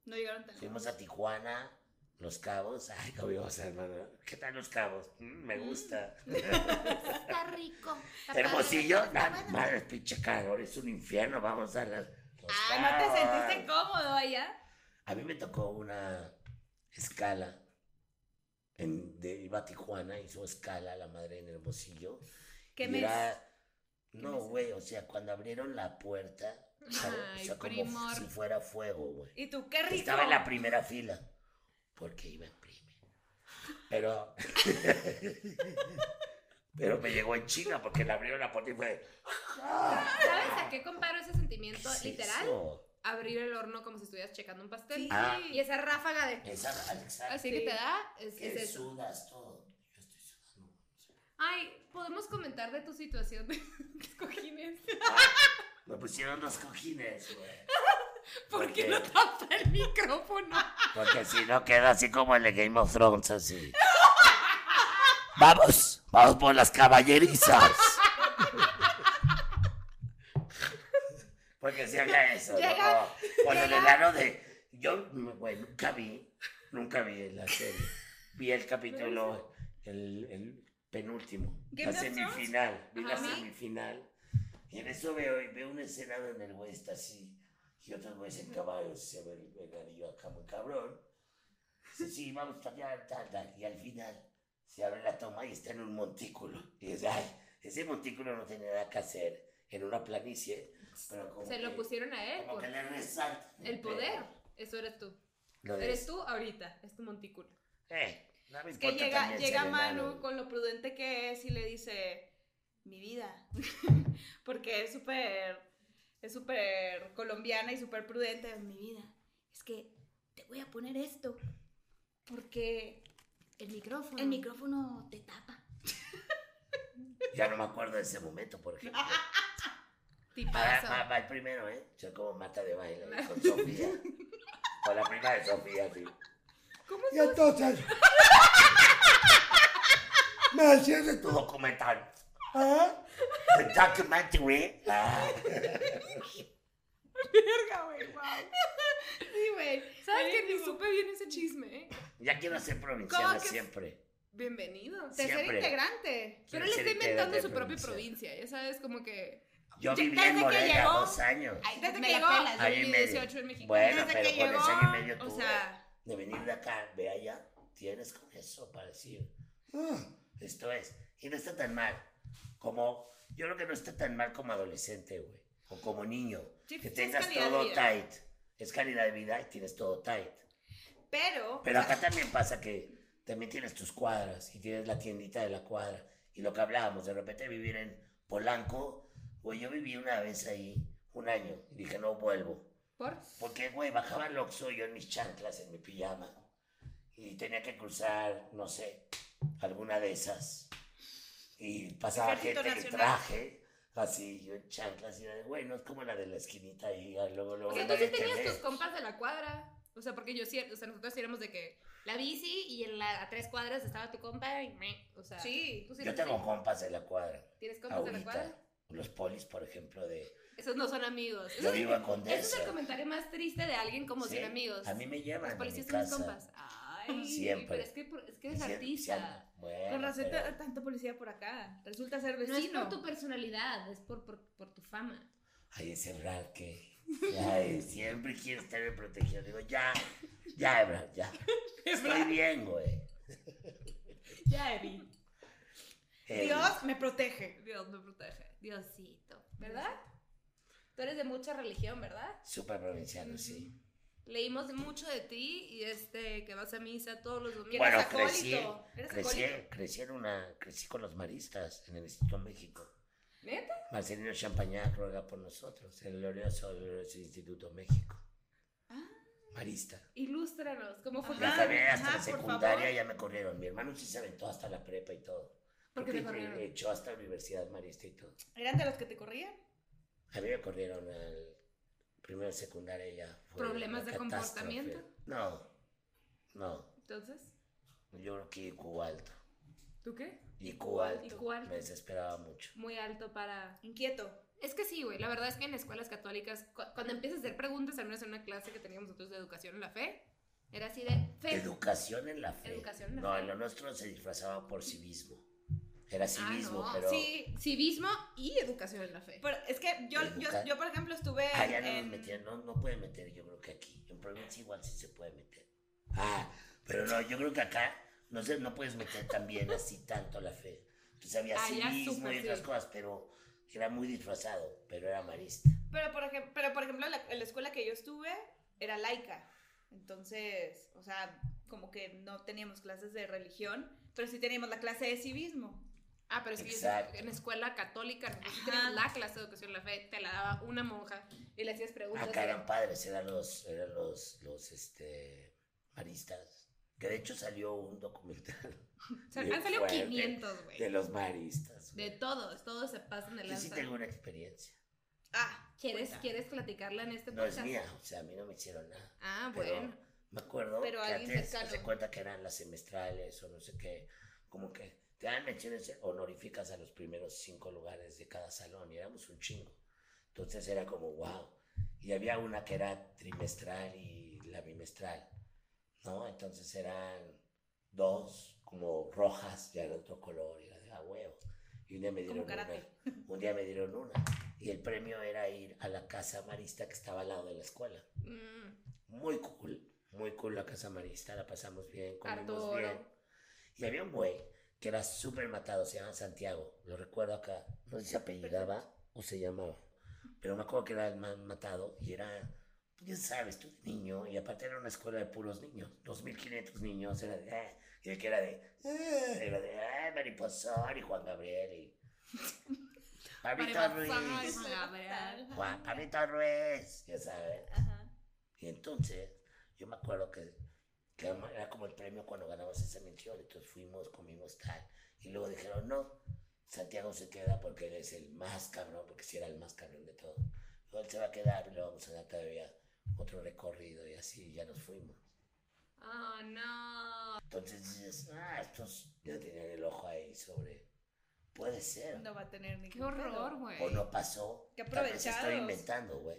No llegaron tan
Fuimos a Tijuana, Los Cabos. Ay, cómo íbamos, hermano. ¿Qué tal Los Cabos? Mm, me gusta.
<laughs>
<laughs>
Está rico. Está padre.
Hermosillo,
Está
nah,
bueno.
madre, pinche calor, es un infierno. Vamos a las. Los
Ah, ¿no te
Cabos.
sentiste cómodo allá?
A mí me tocó una escala. En, de, iba a Tijuana, hizo escala la madre en Hermosillo.
¿Qué
y
mes?
era- No,
mes?
güey, o sea, cuando abrieron la puerta, ¿sabes?
Ay,
o sea, como
primor.
si fuera fuego, güey.
¿Y tú qué rico?
Estaba en la primera fila. Porque iba en primera. Pero. <laughs> pero me llegó en China porque le abrieron la puerta y fue.
¿Sabes a qué comparo ese
¿qué
sentimiento
es
literal?
eso?
Abrir el horno como si estuvieras checando un pastel.
Sí.
Ah.
Y esa ráfaga de...
Esa Alexa,
Así que te da... Es,
que
es eso.
sudas todo. Yo estoy sudando.
Ay, podemos comentar de tu situación de <laughs> los cojines.
Me pusieron dos cojines, güey.
¿Por qué
Porque-
no tapa el micrófono?
Porque si no queda así como el de Game of Thrones, así. Vamos, vamos por las caballerizas. Porque si había eso, ¿no?
Llega-
Como Por el verano de. Yo, güey, nunca vi, nunca vi la serie. Vi el capítulo, el, el penúltimo,
¿Game
la
of Thrones?
semifinal. Vi la
Ajá.
semifinal. Y en eso veo, y veo una escena donde el güey está así. Y otros güeyes en caballos, se ve el, el anillo acá muy cabrón. Sí, sí, vamos a cambiar, tal, tal. Y al final se abre la toma y está en un montículo. Y dice, ay, ese montículo no tenía nada que hacer en una planicie, pero como
<laughs> Se
que-
lo pusieron a él.
como
por-
que le resalta.
El poder. Eso eres tú.
Lo de-
Eres tú ahorita. Es tu montículo.
Eh, no me
Es que
importa
llega,
también
llega
ser enano.
Manu con lo prudente que es y le dice, mi vida, <laughs> porque es súper, es súper colombiana y súper prudente, mi vida, es que te voy a poner esto, porque
El micrófono.
el micrófono te tapa.
Ya no me acuerdo de ese momento, por
<laughs>
ejemplo. Ah,
Tipazo.
va, va el primero, ¿eh? Yo como mata de baile con Sofía. Con la prima de Sofía, sí.
¿Cómo
Y entonces. me hacías de tu documental. ¿Ah? The documentary. Ah.
Verga, güey, wow. Sí, güey.
¿Sabes que ni
Buenísimo.
supe bien ese chisme? eh?
Ya quiero ser provinciana
¿Cómo que-
siempre.
Bienvenido.
Sí.
Tercer
Siempre.
integrante.
Pero
Quiero
él
ser
está inventando
integrante
su
de
propia
provincia.
provincia, ya sabes, como que...
Yo
Ya-
viví en
desde que
Morelia
llegó-
dos años.
Ay, desde
me
que
la
llegó,
pelas,
Año y medio.
2018 en México.
Bueno,
desde
pero
que
con
llegó,
ese año y medio
o
tuve
sea,
de venir de acá, ve allá, tienes con eso para decir, "Ah, esto es, y no está tan mal, como, yo creo que no está tan mal como adolescente, güey, o como niño,
Sí,
que
es
tengas
calidad de
todo
vida.
tight, es calidad de vida y tienes todo tight,
pero...
pero acá también pasa que también tienes tus cuadras y tienes la tiendita de la cuadra, y lo que hablábamos, de repente vivir en Polanco, güey, yo viví una vez ahí, un año, y dije, no vuelvo,
¿Por?
porque, güey, bajaba al Oxxo yo en mis chanclas, en mi pijama. Y tenía que cruzar, no sé, alguna de esas. Y pasaba
Ejército
gente que
Nacional.
traje, así, yo en chanclas. Y era de, güey, no es como la de la esquinita ahí, ya luego, luego.
O sea, tú
nadie
sí
te
tenías
ve.
tus compas de la cuadra. O sea, porque yo sí, o sea, nosotros sí éramos de que la bici y en la, a tres cuadras estaba tu compa y me, o sea,
Sí.
tú sí
Yo
eres
tengo
así.
compas de la cuadra,
¿Tienes compas de la cuadra?
ahorita. Los polis, por ejemplo, de...
Esos no son amigos. Eso
Yo
es-
vivo en
ese es
Condesa.
el comentario más triste de alguien como
Sí,
sin amigos.
A mí me llaman
Los
a mi
policías son mis
casa.
compas. Ay,
Siempre.
pero es que, por- es que
Y
eres
si- si
artista.
ando- bueno,
Con razón
pero-
ta- tanta policía por acá. Resulta ser
Pues No es
vecino.
por tu personalidad, es por, por, por tu fama.
Ay, ese Brad que. Ay, siempre quiere estar en protección. Digo, ya, ya, Brad,
<laughs>
ya. Estoy bien, güey.
Ya, Eri.
Eh,
Dios me protege.
Dios me protege. Diosito. ¿Verdad? Tú eres de mucha religión, ¿verdad?
Súper provinciano, sí.
Leímos mucho de ti y este que vas a misa todos los domingos.
Que
Bueno,
eres acólito.
crecí,
eres
Crecí,
acólito.
crecí en una, crecí con los maristas en el Instituto México.
¿Neta?
Marcelino Champañá ruega por nosotros, el glorioso, glorioso Instituto México.
Ah.
Marista.
Ilústranos. ¿Cómo fue
Ajá.
Me
que-
acabé hasta
ajá,
la
por
secundaria
favor.
y ya me corrieron. Mi hermano sí se aventó hasta la prepa y todo.
¿Por qué
Creo
te
que
corrieron?
Echó hasta la universidad marista y todo.
¿Eran de los que te corrían?
A mí me corrieron al primero de secundaria y ya. fue
¿Problemas
una
de
catástrofe.
comportamiento?
No, no.
Entonces,
Yo creo que IQ alto.
¿tú qué?
IQ alto.
IQ alto.
Me desesperaba mucho.
Muy alto para.
Inquieto.
Es que sí, güey. La verdad es que en escuelas católicas, cu- cuando empiezas a hacer preguntas, al menos en una clase que teníamos nosotros de educación en la fe, era así de fe.
Educación en la fe.
Educación en la
no,
fe.
en lo nuestro se disfrazaba por civismo. Era
Ah,
civismo,
no,
pero.
Sí.
Civismo y educación en la fe.
Pero es que yo, yo,
Educar.
yo, por ejemplo, estuve
Allá
en...
Ah, no nos metían, no, no pueden meter, yo creo que aquí. En provincia igual sí se puede meter. Ah, pero no, yo creo que acá no, sé, no puedes meter también así tanto la fe. Entonces había
Allá
civismo
Ah, súper
y otras
sí.
cosas, pero era muy disfrazado, pero era marista.
Pero, por ejemplo, pero, por ejemplo la, la escuela que yo estuve era laica. Entonces, o sea, como que no teníamos clases de religión, pero sí teníamos la clase de civismo.
Ah, pero es que yo
Exacto.
en escuela católica, nosotros
Ajá.
teníamos la clase de educación en la fe, te la daba una monja y le hacías preguntas.
Acá eran padres, eran los, eran los, los este, maristas. Que de hecho salió un documental
O sea,
Bien
han salido
fuerte.
500,
de
güey.
los maristas.
De todos, todos se pasan de
Yo sí
lanza.
tengo una experiencia.
Ah,
¿Quieres,
cuenta.
¿Quieres platicarla en este
No es
podcast?
mía, o sea, a mí no me hicieron nada.
Ah,
Pero
bueno.
me acuerdo
Pero
que
alguien
antes
cercano.
se cuenta que eran las semestrales o no sé qué, como que te dan menciones honoríficas a los primeros cinco lugares de cada salón y éramos un chingo. Entonces era como, wow. Y había una que era trimestral y la bimestral, ¿no? Entonces eran dos como rojas, ya de otro color, y la de a huevo. Y un día me
Como
dieron
karate.
una. Un día me dieron una. Y el premio era ir a la casa marista que estaba al lado de la escuela
Mm,
muy cool, Muy cool la casa marista, la pasamos bien, comimos
Arturo.
bien. Y había un güey que era súper matado, se llama Santiago, lo recuerdo acá. No sé si se apellidaba o se llamaba. Pero me acuerdo que era el más matado y era, ya sabes, tú niño. Y aparte era una escuela de puros niños, 2.500 niños, era de, "Ah", y el que era de, "Ah", era de, ah, Mariposón y Juan Gabriel y... Pablito
Mariposón.
Ruiz,
la verdad.
Juan Pablito Ruiz, ya sabes.
Ajá.
Y entonces, yo me acuerdo que, que ama- era como el premio cuando ganabas esa mención. Entonces fuimos, comimos tal. Y luego dijeron, no, Santiago se queda porque él es el más cabrón, porque si era el más cabrón de todo. Luego él se va a quedar y le vamos a dar todavía otro recorrido y así ya nos fuimos.
Oh, no.
Entonces dices, ah, estos ya tenían el ojo ahí sobre. Puede ser.
No va a tener ningún
Qué horror,
pedo.
güey.
O no pasó.
Qué
Tal vez estoy
aprovechados.
inventando, güey.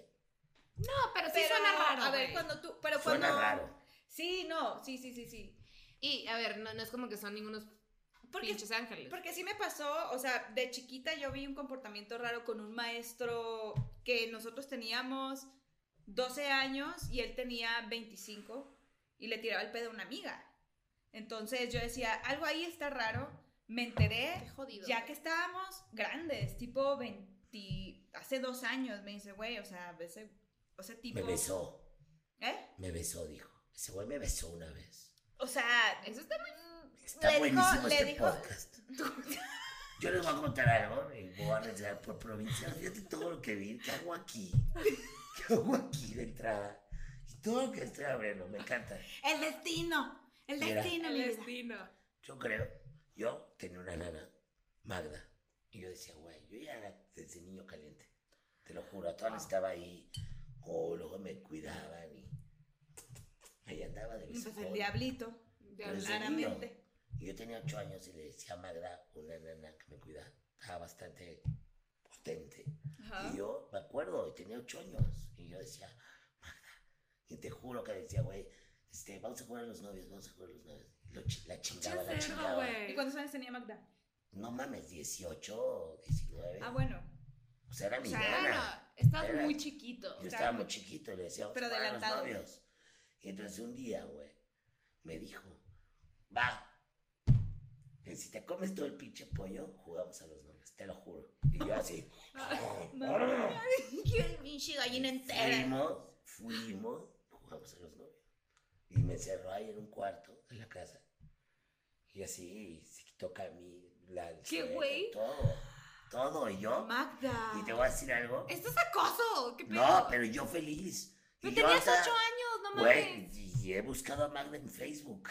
No, pero sí
Pero,
suena raro.
A ver,
güey.
cuando tú. Pero cuando.
Suena raro.
Sí, no, sí, sí, sí, sí.
Y, a ver, no, no es como que son ningunos
Porque,
pinches ángeles.
porque sí me pasó, o sea, de chiquita yo vi un comportamiento raro con un maestro que nosotros teníamos 12 años y él tenía 25 y le tiraba el pedo a una amiga. Entonces yo decía, algo ahí está raro, me enteré,
Qué jodido.
ya que estábamos grandes, tipo 20, hace dos años me dice, güey, o sea, ese, o sea, tipo...
Me besó.
¿Eh?
Me besó, dijo. Ese güey me besó una vez.
O sea, mm,
Eso está muy...
Está
le dijo,
buenísimo
le
este
dijo, <laughs>
podcast. Yo les voy a contar algo y voy a arriesgar por provincia. Fíjate todo lo que vi. ¿Qué hago aquí? ¿Qué hago aquí de entrada? Y todo lo que estoy abriendo, me encanta.
el destino, el
Mira.
destino, mi vida".
destino.
Yo creo, yo tenía una nana, Magda, y yo decía, güey, yo ya era desde niño caliente. Te lo juro, a todas las estaba ahí. O luego me cuidaban y ahí andaba de
Pues el
besucón.
diablito,
De
Pero
hablar.
sí. niño.
claramente.
Y yo tenía ocho años y le decía a Magda, una nana que me cuidaba, estaba bastante potente.
Ajá.
Y yo me acuerdo, y tenía ocho años. Y yo decía, Magda, y te juro que decía, güey, este, vamos a jugar a los novios, vamos a jugar a los novios. Lo chi- la chingaba, la
Pinche cerdo,
chingaba.
¿Y
güey.
cuántos años tenía Magda?
No mames, 18, 19.
Ah, bueno.
O sea, era mi
Claro,
nana.
estás
Era-
muy chiquito.
Yo
Estaba
estaba
muy-
muy chiquito y le decía, vamos
Pero
a jugar a los
adelantado.
novios. Y entonces un día, güey, me dijo, va, que si te comes todo el pinche pollo, jugamos a los novios, te lo juro. Y yo así,
Quiero pinche gallina entera.
Fuimos, fuimos, jugamos a los novios. Y me encerró ahí en un cuarto de la casa. Y así se quitó Camila, la el
¿Qué,
suéter,
güey?
Todo, todo. Y yo,
Magda.
y te voy a decir algo.
Esto es acoso. ¿Qué pedo?
No, pero yo feliz.
Pero
Y yo,
tenías
o sea,
ocho años, no mames.
Güey, y he buscado a Magda en Facebook.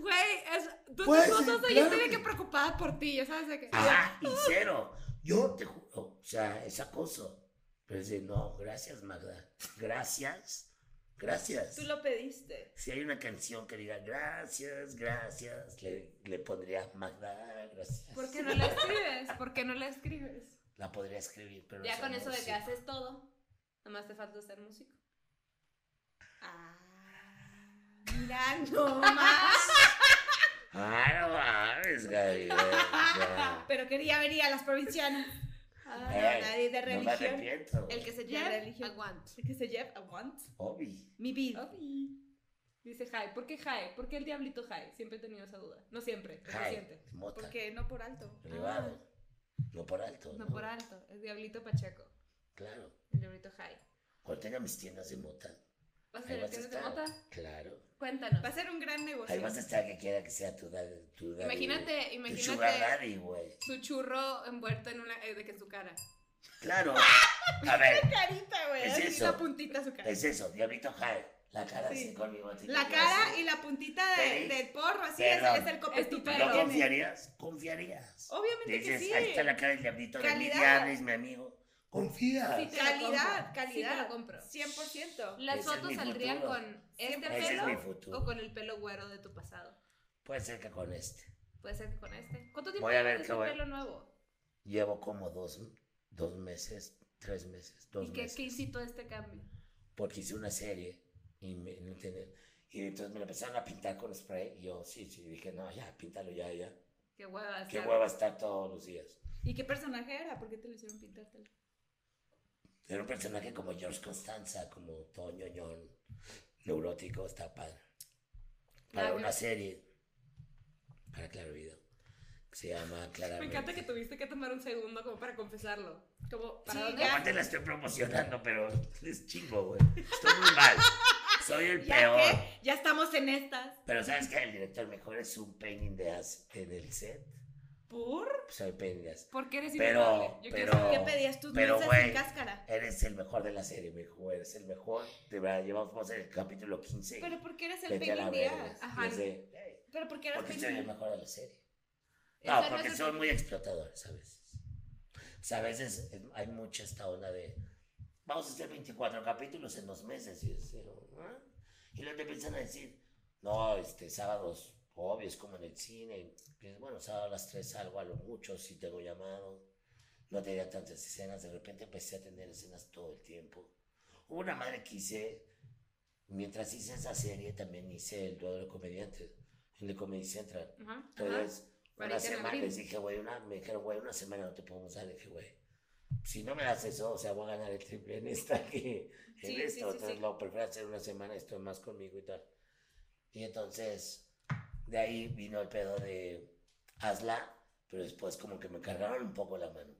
Güey, es, tú
Pues,
te
sí,
cosas yo
claro.
estoy de que preocupada por ti, ya sabes de que.
Ajá, y cero. Yo te juro, o sea, es acoso. Pero es de, no, gracias Magda. Gracias, gracias.
Tú lo pediste.
Si hay una canción que diga gracias, gracias, le, le pondría Magda, gracias.
¿Por qué no la escribes? ¿Por qué no la escribes?
<laughs> La podría escribir, pero
Ya
soy
con eso de que
músico.
haces todo, nomás te falta ser músico.
Ah. Mira,
<laughs>
no más.
Ah, no
<laughs>
mames, Gaby. o sea,
Pero quería venir a las provincianas.
Ah,
eh,
nadie de
No me
religión.
arrepiento. güey.
el que se
Ya
lleva,
religión.
aguanta.
¿Qué se lleva? I want.
Obi.
Mi vida.
Dice Jai, ¿por qué Jai? ¿Por qué el diablito Jai? Siempre he tenido esa duda. No siempre, es
Jai,
reciente.
Mota.
Porque no por alto.
Privado. No por alto.
Ah. No por alto, es diablito Pacheco,
Claro.
el diablito Jai.
Cuando tenga mis tiendas de mota.
¿Vas a
Ahí
tener
vas a
tiendas de
estar.
mota?
Claro.
Cuéntanos.
Va a ser un gran negocio.
Ahí vas a estar que quiera que sea tu daddy. Tu daddy
Imagínate,
Tu sugar
imagínate
daddy, güey.
su churro envuelto en una, eh, de que en su cara.
Claro. A ver.
Carita, güey.
Es
así
eso.
la puntita de su cara.
Es eso, Diablito Jai. La cara
Sí.
así con mi botita.
La cara y la puntita de-
Feliz.
del porro, así es,
Perdón.
es el copetito.
Estupendo.
que
¿No
tiene.
confiarías? ¿Confiarías?
Obviamente que
Dices,
sí.
ahí está la cara del Diablito de mi
Calidad.
diablo, es mi amigo. Confía.
Sí, te lo
Calidad,
compro. Sí, te
calidad.
lo compro.
100%.
Las
Ese es
fotos
mi
saldrían
futuro.
con este
Siempre.
Ese es mi
pelo
futuro.
o con el pelo güero de tu pasado.
Puede ser que con este.
Puede ser que con este. ¿Cuánto tiempo
Voy a
llevas
ver
de
qué
tu
voy-
pelo nuevo?
Llevo como dos, dos meses, tres meses, dos
¿Y qué,
meses.
qué incitó este cambio?
porque hice una serie y me, no tenía- y entonces me lo empezaron a pintar con spray y yo sí, sí, dije, no, ya, píntalo ya, ya.
Qué hueva.
Qué
estar-
hueva estar todos los días.
¿Y qué personaje era? ¿Por qué te lo hicieron pintártelo?
Era un personaje como George Constanza, como todo ñoñón, neurótico, está padre. Para
Claro.
una serie, para Claro Video, que se llama Clara.
Me encanta que tuviste que tomar un segundo como para confesarlo. Como, ¿para
Sí,
dónde?
ya.
Aparte la estoy promocionando, pero es chingo, güey. Estoy muy mal. Soy el
Ya
peor.
que ya estamos en estas.
Pero ¿sabes qué? El director mejor es un pain in the ass en el set.
¿Por?
Soy pain in the ass.
¿Por qué eres
Pero-
inmamable? Yo
pero-
quiero saber.
¿Qué pedías tus
pero,
dulces
güey.
sin cáscara?
Eres el mejor de la serie, me dijo. Eres el mejor. De verdad, llevamos el capítulo 15.
¿Pero por qué eres el
Vete a la
Penguin
verga.
Díaz?
Ajá.
Yo sé, "Ey,
¿Pero por qué eras
Porque soy el
Penguin?
mejor de la serie. No,
Eso no
Ah, porque
es-
son muy explotadores a veces. O sea, a veces eh, hay mucha esta onda de. Vamos a hacer 24 capítulos en dos meses. Y, es, pero, ¿ah? y luego te empiezan a decir, no, este, sábados, obvio, es como en el cine. Y piensas, bueno, sábado a las 3 salgo a lo mucho, si tengo llamado. No tenía tantas escenas. De repente empecé a tener escenas todo el tiempo. Hubo una madre que hice. Mientras hice esa serie, también hice el duelo de comediantes en el Comedy Central.
Ajá, ajá.
Entonces, una
Marica
semana
Navarro.
les dije, güey, una, me dijeron, güey, una semana no te podemos dar. Le dije, güey, si no me das eso, o sea, voy a ganar el triple en esta que en
Sí, sí,
esto.
sí,
entonces,
sí.
lo prefiero hacer una semana, estoy más conmigo y tal. Y entonces, de ahí vino el pedo de hazla, pero después, como que me cargaron un poco la mano.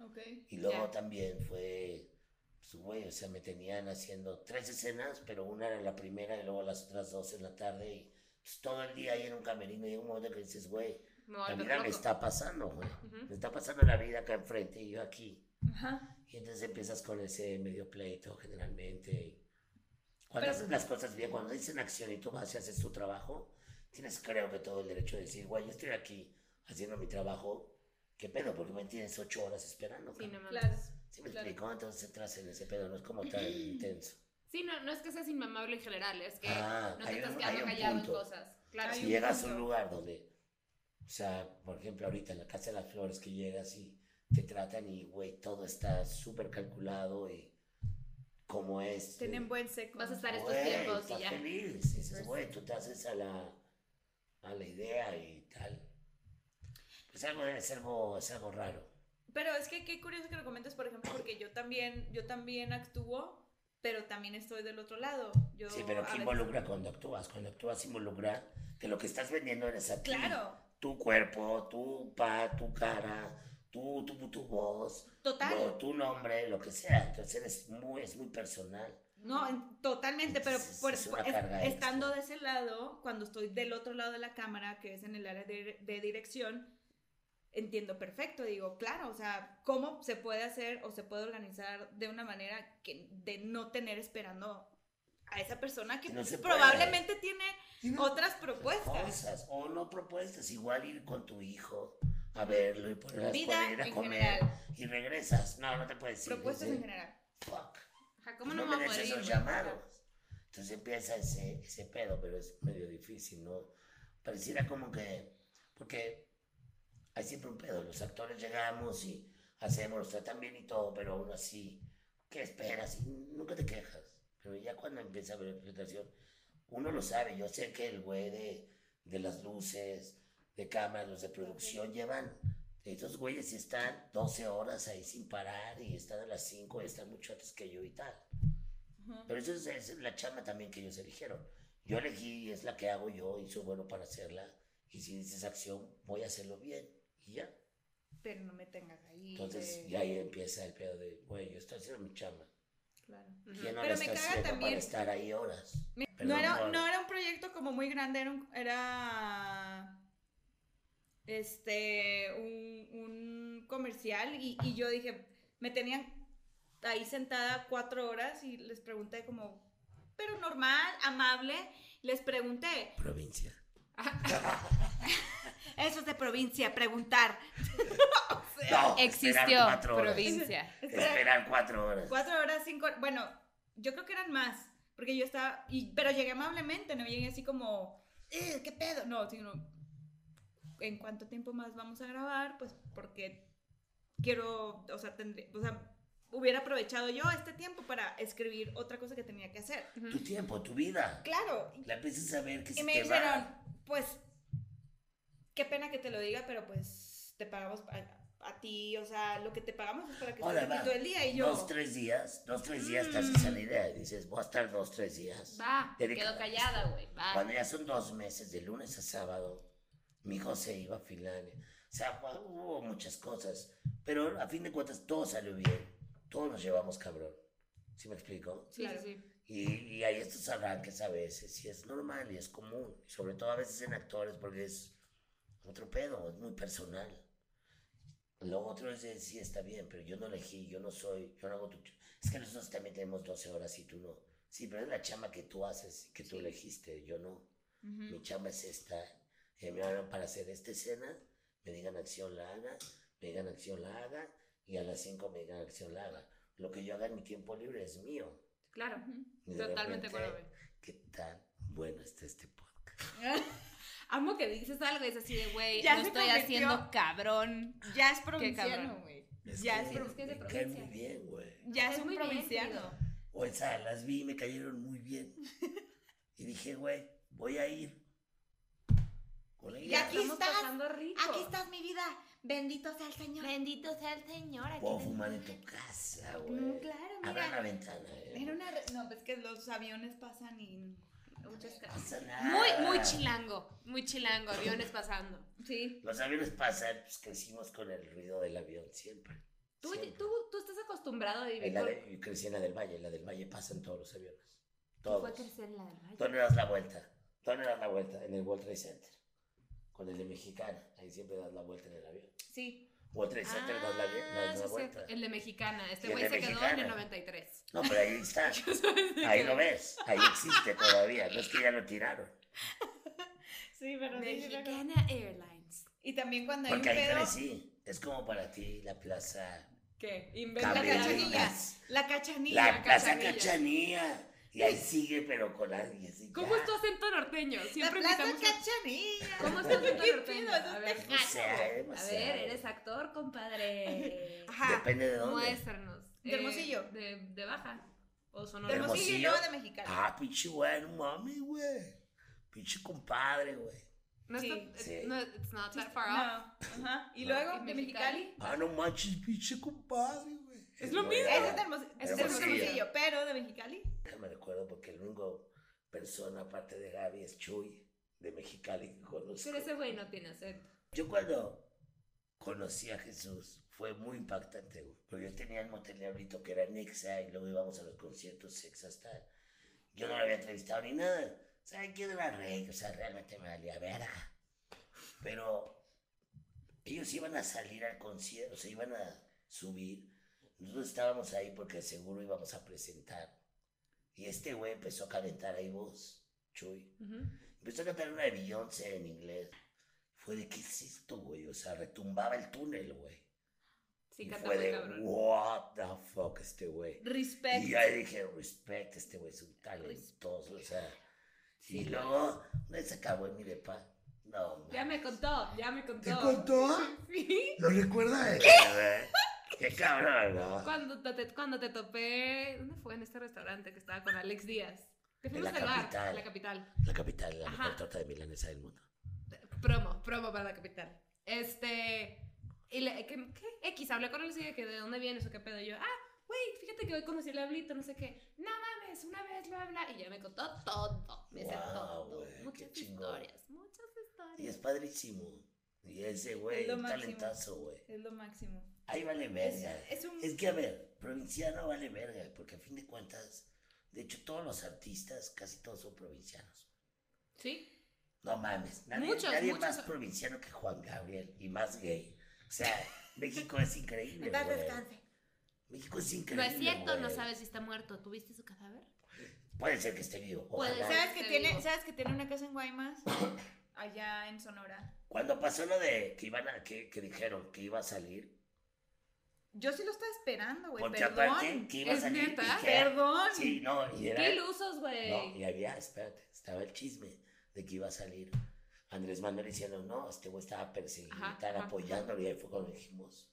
Ok.
Y luego
Ya.
también fue, pues, güey, o sea, me tenían haciendo tres escenas, pero una era la primera y luego las otras dos en la tarde. Y pues, todo el día ahí en un camerino y llega un momento que dices, güey,
Me
la
vuelvo
vida me
loco.
está pasando, güey.
Ujú.
Me está pasando la vida acá enfrente y yo aquí.
Ajá.
Y entonces empiezas con ese medio pleito generalmente. y cuando
Pero-
haces las cosas bien, cuando dicen acción y tú vas y haces tu trabajo, tienes creo que todo el derecho de decir, güey, yo estoy aquí haciendo mi trabajo. ¿Qué pedo? Porque me tienes ocho horas esperando.
Sí,
cabrón?"
no mames.
Claro.
Sí, me
Claro.
explicó, entonces entras en ese pedo, no es como tan intenso.
Sí, no, no es que seas inmamable en general, es que
Ah,
no
hay
te estás
un- hay
quedando
un
callado en
punto.
cosas. Claro.
Hay
Si
un
llegas a un
punto.
lugar donde, o sea, por ejemplo, ahorita en la Casa de las Flores que llegas y te tratan y, güey, todo está súper calculado y cómo es.
Tienen
eh,
buen seco.
Vas a estar estos
güey,
tiempos
estás
y ya.
feliz.
Pues
Dices, güey, tú te haces a la, a la idea y tal. Pues algo, es algo, es algo raro.
Pero es que qué curioso que lo comentes, por ejemplo, porque yo también, yo también actúo, pero también estoy del otro lado. Yo
Sí, pero
a
¿qué
veces-
involucra cuando actúas? Cuando actúas involucra que lo que estás vendiendo eres a ti.
Claro,
tu cuerpo, tu pa, tu cara, tu, tu, tu voz,
total.
lo- tu nombre, lo que sea. Entonces eres muy, es muy personal.
No, en- totalmente, pero
Es-
por-
es una
es-
carga
estando
extra.
de ese lado, cuando estoy del otro lado de la cámara, que es en el área de, de dirección, entiendo perfecto, digo, claro, o sea, cómo se puede hacer o se puede organizar de una manera que de no tener esperando a esa persona que
Que no se puede.
probablemente tiene
Y no-
otras propuestas.
Cosas, o no propuestas, igual ir con tu hijo a verlo y poner las
Vida
ir a
en
comer
general,
y regresas. No, no te puedes ir.
propuestas
dices,
en general.
Fuck.
Ajá, ¿cómo
Pues
no, me voy a poder
mereces
ir?
esos llamados. Entonces empieza ese, ese pedo, pero es medio difícil, ¿no? Pareciera como que, porque hay siempre un pedo, los actores llegamos y hacemos, nos tratan bien y todo, pero aún así, ¿qué esperas? Y nunca te quejas, pero ya cuando empieza a haber explicación, uno lo sabe, yo sé que el güey de, de las luces, de cámaras, los de producción llevan, estos güeyes sí están 12 horas ahí sin parar y están a las 5 y están mucho antes que yo y tal.
Ujú.
Pero eso es, es la chama también que ellos eligieron. Yo elegí, y es la que hago yo y soy bueno para hacerla. Y si dices acción, voy a hacerlo bien. Y ya.
Pero no me tengas ahí. eh,
Entonces,
de-
ya ahí empieza el pedo de, güey, yo estoy haciendo mi chama.
Claro.
Ujú.
Ya no
Pero
la
me
estoy
caga
haciendo
también-
para estar ahí horas.
Mi-
Perdón,
no, era,
Juan.
no era un proyecto como muy grande, era, un- era, este, un, un comercial y, y yo dije, me tenían ahí sentada cuatro horas y les pregunté como, pero normal, amable, les pregunté,
Provincia.
eso es de provincia, preguntar. O sea,
No,
Existió
esperar cuatro horas. <laughs>
provincia.
Esperar cuatro horas.
Cuatro horas, cinco horas, bueno, yo creo que eran más, porque yo estaba, y, pero llegué amablemente, no llegué así como, "Eh, ¿qué pedo? No, sino, ¿en cuánto tiempo más vamos a grabar? Pues porque quiero, o sea, tendré, o sea, hubiera aprovechado yo este tiempo para escribir otra cosa que tenía que hacer.
Tu tiempo, tu vida.
Claro, y,
La empiezas a ver que se
y me
te
dijeron,
va.
pues, qué pena que te lo diga, pero pues te pagamos a- a ti, o sea, lo que te pagamos es para que
Ahora
estés
va.
aquí todo el día y yo. Mm.
Dos, tres días, dos, tres días te haces a la idea y dices, voy a estar dos, tres días.
Va,
Te
me quedo
declaras.
callada, güey.
<laughs>
Va.
Cuando ya son dos meses, de lunes a sábado, mi hijo se iba a Finlandia. O sea, hu- hubo muchas cosas. Pero a fin de cuentas, todo salió bien. Todos nos llevamos cabrón. ¿Sí me explico?
Sí,
Claro.
sí, sí.
Y, y hay estos arranques a veces, y es normal y es común, y sobre todo a veces en actores, porque es otro pedo, es muy personal. Lo otro es, de, sí, está bien, pero yo no elegí, yo no soy, yo no hago tu. ch- Es que nosotros también tenemos 12 horas y tú no. Sí, pero es la chamba que tú haces, y que tú
Sí.
elegiste, yo no. Mi
Ujú.
chamba es esta. eh, me hablan para hacer esta escena, me digan acción la haga, me digan acción la haga, y a las 5 me digan acción la haga. Lo que yo haga en mi tiempo libre es mío.
Claro.
Y de
Totalmente de acuerdo,
repente,
güey.
qué tan bueno está este podcast.
Amo que dices algo y es así de, güey,
Ya
lo
se
estoy
convirtió.
haciendo cabrón.
Ya es
cabrón.
provinciano, güey. Ya, sí,
es que es de
me cae
provincia.
muy bien, güey.
Ya es
Estás
un
muy bien,
provinciano.
querido.
O sea, las vi y me cayeron muy
<laughs>
bien. Y dije, güey, voy a ir.
Y
Colega,
aquí
Estamos
estás,
pasando rico.
Aquí estás mi vida. Bendito sea el Señor.
Bendito sea el Señor. Aquí
puedo
te-
fumar en tu casa,
Mm,
güey.
Claro,
Abra la ventana,
Era
eh.
una re- No, pues que los aviones pasan y.
Muchas
No
gracias.
pasa nada.
Muy, muy chilango. Muy chilango. Aviones pasando.
Sí.
Los aviones pasan, pues crecimos con el ruido del avión siempre.
Tú,
siempre.
tú, tú estás acostumbrado a
En
vivir
la
con...
de- yo crecí en la del Valle, en la del Valle pasan todos los aviones.
¿Qué fue
Todos.
crecer en la del Valle?
Tú no das la vuelta. Tú no das la vuelta en el World Trade Center. Con el de Mexicana. Ahí siempre das la vuelta en el avión.
Sí.
World Trade Center das la, vie- das
Ah, sí
la
es cierto.
vuelta.
El de Mexicana. Este
Y el
güey
de
se quedó en el
Mexicana.
93.
No, pero ahí
<laughs>
está. Ahí lo ves. Ahí existe todavía. No es que ya lo tiraron.
Sí, pero sí, sí, me acuerdo.
Mexicana Airlines.
Y también cuando hay un
Porque ahí
pedo.
crecí. Es como para ti la plaza
¿Qué?
la
Inventa
Cambio.
Cabrera.
cachanilla. La cachanilla.
La plaza
Cachanilla.
Cachanilla. Y ahí sigue, pero con la... y así,
¿Cómo
ya.
es tu acento norteño?
La
Siempre
plaza
invitamos a...
cachanilla.
¿Cómo es <laughs> tu acento
¿Qué
norteño?
pedo? Eso
A
es
ver.
No sé,
A
demasiado.
ver, eres actor, compadre.
Ajá.
Depende de dónde.
Muéstranos. Eh,
De Hermosillo.
De, de Baja. O Sonora.
De Hermosillo y
Hermosillo.
luego de Mexicali.
Ah, pinche güey, no mames, güey. Pinche compadre, güey.
No,
Sí.
está,
Sí.
no, it's not that
No.
far off.
Ajá. Y
No.
luego
¿Y
de
Mexicali?
Mexicali.
Ah, no manches, pinche compadre, güey.
Es lo
Bueno,
mismo.
Ese es de Hermosillo. Ese es de
Hermosillo.
Hermosillo. Pero de Mexicali.
Me recuerdo porque el único persona aparte de Gaby es Chuy, de Mexicali, que conozco.
Pero ese güey no tiene acento.
Yo cuando conocí a Jesús fue muy impactante, güey. Porque yo tenía el motel ahorita que era Nexa y luego íbamos a los conciertos Nexa hasta... Yo no lo había entrevistado ni nada. O sea, yo era rey, o sea, realmente me valía verga. Pero ellos iban a salir al concierto, se iban a subir. Nosotros estábamos ahí porque seguro íbamos a presentar. Y este güey empezó a calentar ahí voz, Chuy. Empezó a cantar una de Beyoncé en inglés. Fue de, ¿qué es esto, güey? O sea, retumbaba el túnel, güey.
Sí,
y
canta
fue
muy
de,
cabrón.
what the fuck, este güey.
Respect.
Y ahí dije, respect, este güey es un talentoso, o sea. y luego, ¿dónde se acabó en mi depa? No, mames.
Ya me contó, ya me contó.
¿Te contó?
<laughs> Sí.
¿Lo recuerda? ¿Qué? Qué cabrón,
<laughs>
¿no?
Cuando te, cuando te topé, ¿dónde fue? En este restaurante que estaba con Alex Díaz. Te
En
fuimos
la
al bar,
capital.
en la capital.
La capital, la
Ajá.
mejor torta de milanesa del mundo.
Promo, promo para la capital. Este. Y le, ¿qué, qué? X, hablé con Alex y de que de dónde vienes o qué pedo. Y yo, ah, güey, fíjate que hoy conocí a Leblito, no sé qué. No mames, una vez lo habla. Y ya me contó todo. Me sé
Guau,
todo.
güey, qué
muchas
chingón.
historias, muchas
Y
historias.
es padrísimo. Y ese güey,
Es lo
un
máximo.
talentazo, güey.
Es lo máximo.
Ahí vale
Es,
verga.
es un.
Es que, a ver, provinciano vale verga, porque a fin de cuentas, de hecho, todos los artistas, casi todos son provincianos.
Sí,
No mames, nadie,
Muchos,
nadie
muchos.
más provinciano que Juan Gabriel y más gay. O sea, <laughs> México es increíble.
En paz
güey.
descanse.
México es increíble.
no es cierto, no
güey.
sabes si está muerto. ¿Tuviste su cadáver?
Puede ser que esté vivo.
Puede
ojalá.
¿Sabes que,
Te
tiene,
digo.
¿Sabes que tiene una casa en Guaymas? <coughs> Allá en Sonora.
Cuando pasó lo de que iban a, que, que dijeron que iba a salir,
Yo sí lo estaba esperando, güey.
porque aparte
Perdón.
que iba a
Pues ¿Es
salir.
neta?
y que-
Perdón.
Sí, no, y era.
¡Qué ilusos, güey!
No, y había, espérate, estaba el chisme de que iba a salir Andrés Manuel diciendo, no, este güey estaba perseguido,
Ajá,
están
ajá.
apoyándolo, y ahí fue cuando dijimos,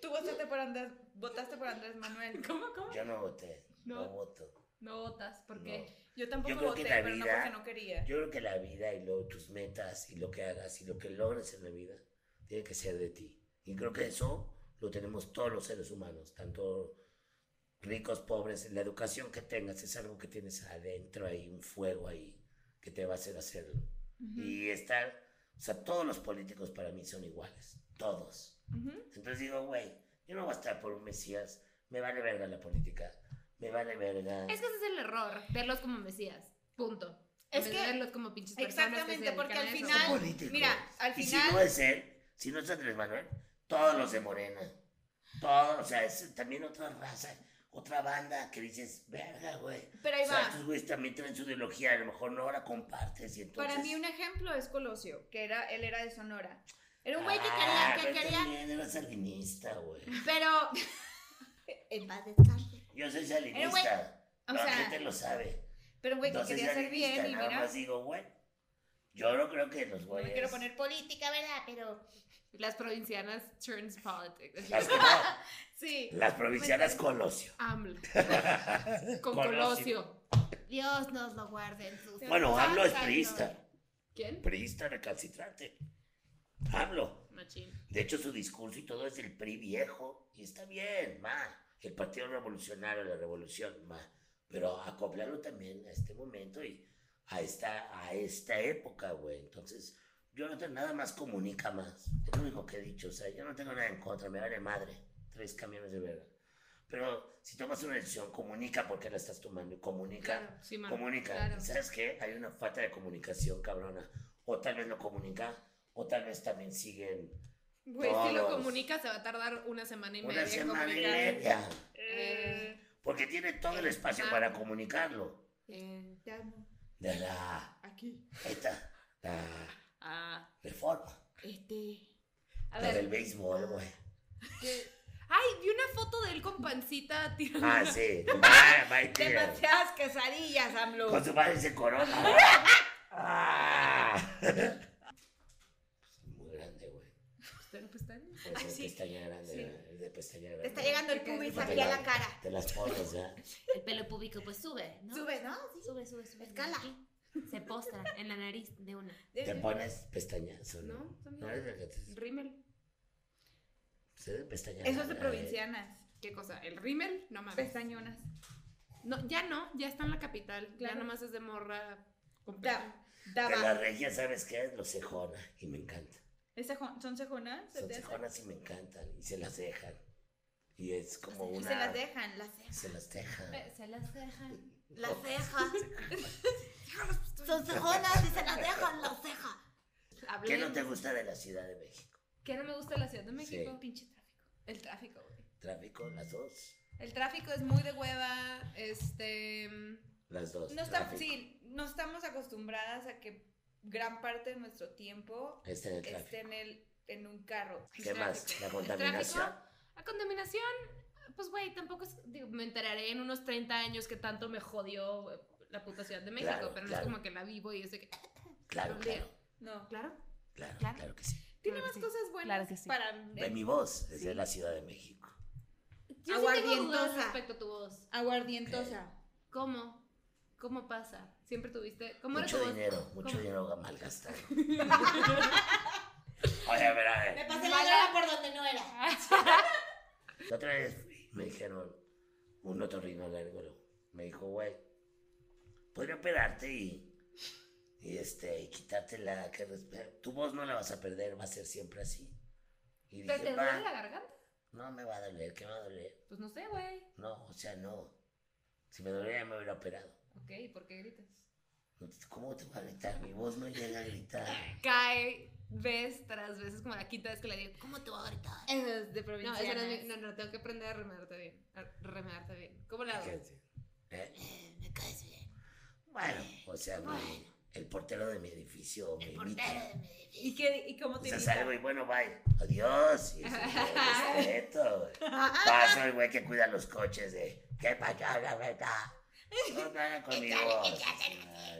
Tú votaste por Andrés, votaste por Andrés Manuel.
¿Cómo, cómo?
yo no voté, no,
No.
voto.
No votas, ¿por qué?
Yo tampoco
Yo creo que
voté,
la
pero no
vida-
porque no quería.
Yo creo que la vida y luego tus metas y lo que hagas y lo que logres en la vida tiene que ser de ti. Y creo que eso lo tenemos todos los seres humanos, tanto ricos, pobres, la educación que tengas es algo que tienes adentro, hay un fuego ahí que te va a hacer hacerlo.
Ujú,
Y estar, o sea, todos los políticos para mí son iguales, todos.
ujú.
Entonces digo, güey, yo no voy a estar por un Mesías, me vale verga la política, me vale verga.
Es que ese es el error, verlos como mesías. Punto. En
Es
vez de
que-
verlos como pinches personas que se
exactamente, porque
dedican
al
a eso.
Son
final-
políticos.
mira, al
y
final-
si no es él, si no es Andrés Manuel, todos los de Morena, todos, o sea, es también otra raza, otra banda que dices, verga, güey.
Pero ahí
O sea,
va.
estos güeyes también tienen su ideología, a lo mejor no la compartes y entonces...
Para mí un ejemplo es Colosio, que era, él era de Sonora. Era un güey que quería,
Ah,
que
pero
quería,
también era salinista, güey.
pero,
En paz descanse.
Yo soy
Era un güey-
salinista,
o
la
sea,
gente lo sabe.
pero un güey que
Entonces,
quería
ya
ser
dijiste,
bien y
nada
mira,
más pues. digo, bueno, yo no creo que los
no
güeyes...
me quiero poner
Política, ¿verdad? Pero
Las provincianas turns
<laughs>
politics.
Las, que no,
Sí.
las provincianas Colosio. <laughs>
AMLO. Con
Colosio.
Colosio.
Dios nos lo guarde en sus...
Bueno,
Ah,
AMLO es
santa
priista,
gloria.
¿Quién?
priista recalcitrante. AMLO.
Machín.
De hecho, su discurso y todo es del PRI viejo. Y está bien, ma. El Partido Revolucionario, la revolución, ma. Pero acoplarlo también a este momento y a esta, a esta época, güey. Entonces, yo no tengo nada más comunica más. Es lo único que he dicho. O sea, yo no tengo nada en contra. Me vale madre. Tres camiones de verga. Pero si tomas una decisión, comunica por qué la estás tomando. y Comunica
Claro, sí, mano.
comunica.
Claro.
¿Y ¿Sabes qué? Hay una falta de comunicación, cabrona. O tal vez no comunica, o tal vez también siguen
Güey, si lo
Todos.
comunica, se va a tardar una semana y media.
una
en
semana y
comunicar.
media.
Eh,
Porque tiene todo el espacio
Ah.
para comunicarlo.
Eh,
te amo.
De la.
Aquí.
Esta. La
ah.
reforma.
Este.
A
la
ver,
del
<laughs>
béisbol, güey.
¿qué? Ay, vi una foto de él con pancita tirando.
Ah, sí. Va, va y tira.
Demasiadas quesadillas, AMLO.
Con su madre
<laughs>
se corona. Ah. <laughs> Muy grande, güey.
Pestaña, pestaña.
Es
Ay,
de
sí.
pestaña grande,
Sí.
¿verdad? Es de pestaña
Te está
grande.
llegando el pubis aquí a la cara.
De las porras, ¿verdad?
El pelo púbico pues sube, ¿no?
Sube, ¿no?
Sube, sube, sube.
Escala.
Se postra en la nariz de una.
¿Te pones pestañas o no?
No,
No,
también.
es de que te-
Rímel.
se de pestañas.
Eso es de
eh,
provincianas.
¿Qué cosa? ¿El rímel? No mames.
Pestañonas.
No, ya no, ya está en la capital. Ya
Claro.
nomás es de morra. con pestaña.
Da,
De la
daba.
regia, ¿sabes qué? Los cejona y me encanta.
¿Es cejo- ¿Son cejonas? ¿Se
Son
te hace?
cejonas y me encantan y se las dejan. Y es como
Y
una...
se las dejan, Eh, las cejas.
Se las dejan.
Eh,
Se las dejan.
Oh.
Las cejas. Son cejonas y se las dejan las cejas.
Hablé-
¿Qué no te gusta de la Ciudad de México?
¿Qué no me gusta de la Ciudad de México?
Sí.
Pinche tráfico. El tráfico, güey.
¿Tráfico? ¿Las dos?
El tráfico es muy de hueva. Este.
Las dos.
No, está-
Pues, tráfico.
sí, no estamos acostumbradas a que gran parte de nuestro tiempo
Este en el
esté
tráfico.
en, el, en un carro.
¿Qué más? La
El tráfico.
contaminación.
La contaminación. Pues, güey, tampoco es. digo, me enteraré en unos 30 años que tanto me jodió eh, la puta Ciudad de México.
Claro,
pero no
claro.
es como que la vivo y es de que.
Claro,
Olvida.
claro,
No.
Claro.
claro,
Claro.
claro que sí.
Tiene
Claro
más
que sí.
cosas buenas
Claro que sí.
para...
De mi voz, es de la Ciudad de México.
Yo sí tengo dudas
Aguardientosa.
respecto a tu voz.
Aguardientosa.
¿Cómo? ¿Cómo pasa? Siempre tuviste. ¿Cómo era tu
Mucho
voz?
dinero, mucho
¿Cómo?
dinero
<laughs>
malgastado. Oye, verá, eh.
Me pasé la llave por donde no era.
La otra vez fui, me dijeron, un otorrinolaringólogo, me dijo, güey, podría operarte y, y este, y quitarte la... Que, resp- tu voz no la vas a perder, va a ser siempre así. Y
¿Pero te
dije,
duele la
va,
garganta?
no me va a doler, ¿qué me va a doler?
Pues no sé, güey.
No, o sea, no. Si me doliera me hubiera operado.
Ok, ¿y ¿por qué gritas?
No te- ¿Cómo te va a gritar? Mi voz no llega a gritar.
Cae vez tras vez. Es como la quinta vez que le digo.
¿Cómo te va a gritar?
Eso es de
No,
provincianas.
esa no, es mi- no, no, tengo que aprender a remedarte bien. A remedarte bien. ¿Cómo la hago?
Fíjate, ¿eh?
Eh, me caes bien.
Bueno, o sea, mi- el portero de mi edificio me imita.
Portero de mi edificio.
¿Y, qué, ¿Y cómo
O
te
sea,
imitan?
Pues, salgo y bueno, bye. Adiós. Y
<laughs>
es un respeto, güey. Pasa el güey que cuida los coches de. ¿Qué pasó, la verdad? No,
<laughs>
no era conmigo. Ay,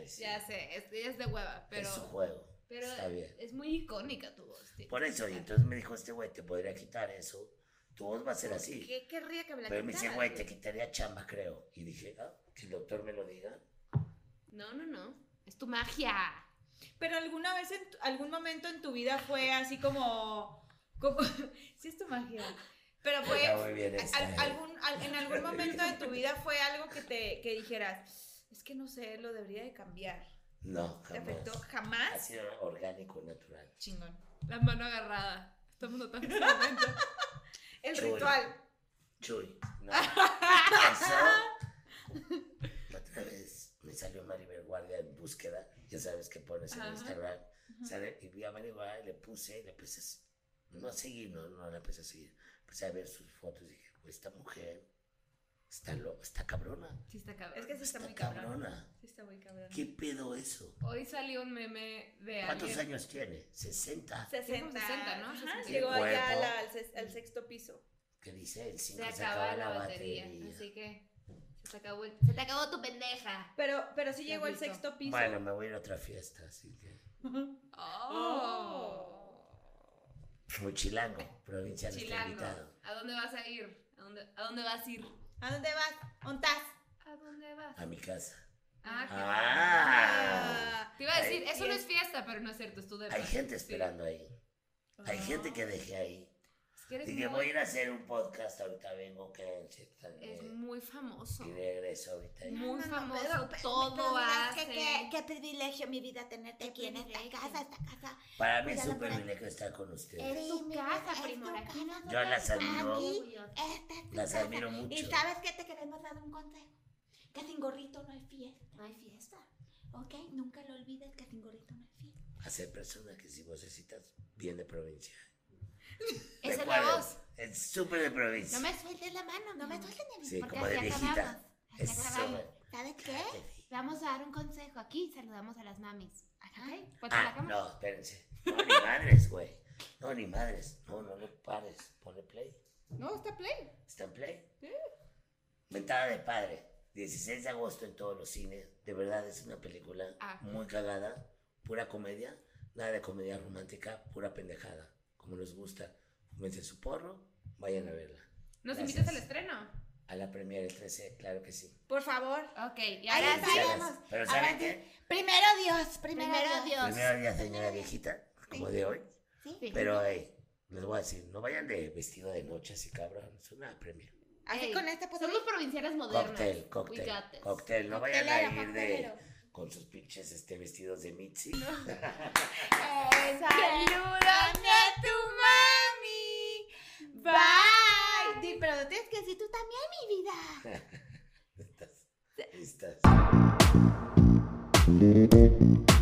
sí.
Ya sé, es, es de hueva,
Es
pero,
su juego.
pero
Está
eh,
bien.
es muy icónica tu voz. tío.
Por eso, y entonces me dijo este güey, te podría quitar eso. Tu voz va a ser así.
¿Qué querría que me la
Pero me dice,
quitaran?
güey, te quitaría chamba, creo. Y dije, ah, que el doctor me lo diga.
No, no, no. Es tu magia.
Pero alguna vez, en tu- algún momento en tu vida fue así como... como <laughs> sí es tu magia. Pero fue...
Está muy bien esta,
al-
eh.
algún- al- en algún momento de tu vida fue algo que te que dijeras, es que no sé, lo debería de cambiar.
No,
¿Te afectó?
jamás. Ha
¿Jamás?
sido orgánico, natural.
Chingón.
La mano agarrada. Estamos notando
<laughs>
ese momento.
El
Chuy.
ritual.
Chuy, no. Eso, otra vez me salió Maribel Guardia en búsqueda. Ya sabes que pones en
Ajá.
Instagram. Sale, y vi a Maribel Guardia, le puse, le empecé a s- no a seguir, no, no la empecé a seguir. Empecé a ver sus fotos y dije, "Güey, esta mujer está, lo, está cabrona.
Sí, está cabrón.
Es que sí está
Está,
muy
cabrona.
cabrón. Sí está muy cabrón.
¿Qué pedo eso?
Hoy salió un meme de
¿Cuántos
alguien.
años tiene? ¿60?
60,
60, ¿no?
Ajá,
60.
llegó
El
allá
cuerpo.
al- al, ses- al sexto piso.
¿Qué dice? El
Se
5
acaba la batería. Así que se te acabó el- Se te acabó tu pendeja.
Pero, pero sí llegó al
Qué rico.
sexto piso.
Bueno, me voy a ir a otra fiesta, así que...
Oh.
Pues, Muy chilango, provincia de está
Chilango.
este invitado.
¿A dónde vas a ir? ¿A dónde, a dónde vas a ir?
¿A dónde vas? ¿Ontás?
¿A dónde vas?
A mi casa.
Ah, qué
Ah,
Te iba a decir,
Ay,
eso no
sí.
es fiesta, pero no es cierto, es tu depa.
hay gente
Sí.
esperando ahí. Hay gente que dejé ahí.
Es que eres
Dije,
muy,
voy a ir a hacer un podcast, ahorita vengo, quédense. tal vez.
es muy famoso.
Y regreso ahorita.
Muy
No, no, no,
famoso,
pero- pero-
todo
pero mira, es que
hace.
Qué, qué privilegio mi vida tenerte
Qué
aquí en esta
privilegio.
casa, esta casa.
Para mí es
Cuidado
un
por ahí.
privilegio estar con ustedes.
Es tu
mi vida,
casa,
es
primo.
tu
Aquí
casa.
no
Yo las admiro.
admiro.
Esta es tu
Las
casa.
admiro mucho.
Y sabes que te queremos dar un consejo. Que sin gorrito no hay fiesta,
No hay fiesta.
¿ok? Nunca lo olvides que sin gorrito no hay fiesta.
Hacer personas que si necesitas, bien de provincia.
<laughs> Esa es
Recuerden,
la voz.
Es súper de provincia.
No me sueltes la mano.
No me suelten el
Sí,
porque
como de
así
viejita.
acabamos. Así
Es
acabamos.
súper.
¿Sabes qué?
Vamos a dar un consejo. Aquí saludamos a las mamis. ¿Ok?
pues
Ponte la
Ah,
cámara.
no, espérense. No, ni madres, güey. No, ni madres. No, no le pares. Ponle play.
No, está play.
¿Está en play? Mentada de padre. 16 de agosto en todos los cines. De verdad es una película
Ah.
muy cagada. Pura comedia. Nada de comedia romántica. Pura pendejada. Como les gusta. Fúmense su porro. Vayan a verla.
¿Nos
Gracias.
invitas al estreno?
A la premiere el 13, claro que sí.
Por favor.
Ok, y
Ahí
ahora sí.
Pero
está.
¿sabes-
vamos.
Pero
Ahora
¿saben
sí.
qué?
Primero Dios, primero,
Primero
Dios.
Dios.
Primero día señora viejita, como de hoy.
¿Sí?
Sí.
Pero, hey, les voy a decir, no vayan de vestido de noche así, cabrón. Es una premiere.
Así
Ey,
con este pues,
Somos provincianas modernas.
Cóctel,
We
cóctel.
got this.
Cóctel, no vayan a
Coctelero,
ir de,
coctelero.
con sus pinches este, vestidos de Mitzi.
Salúdame
<laughs>
a tu mami. Bye.
Di, pero no tienes que decir tú también, mi vida.
Estás- estás.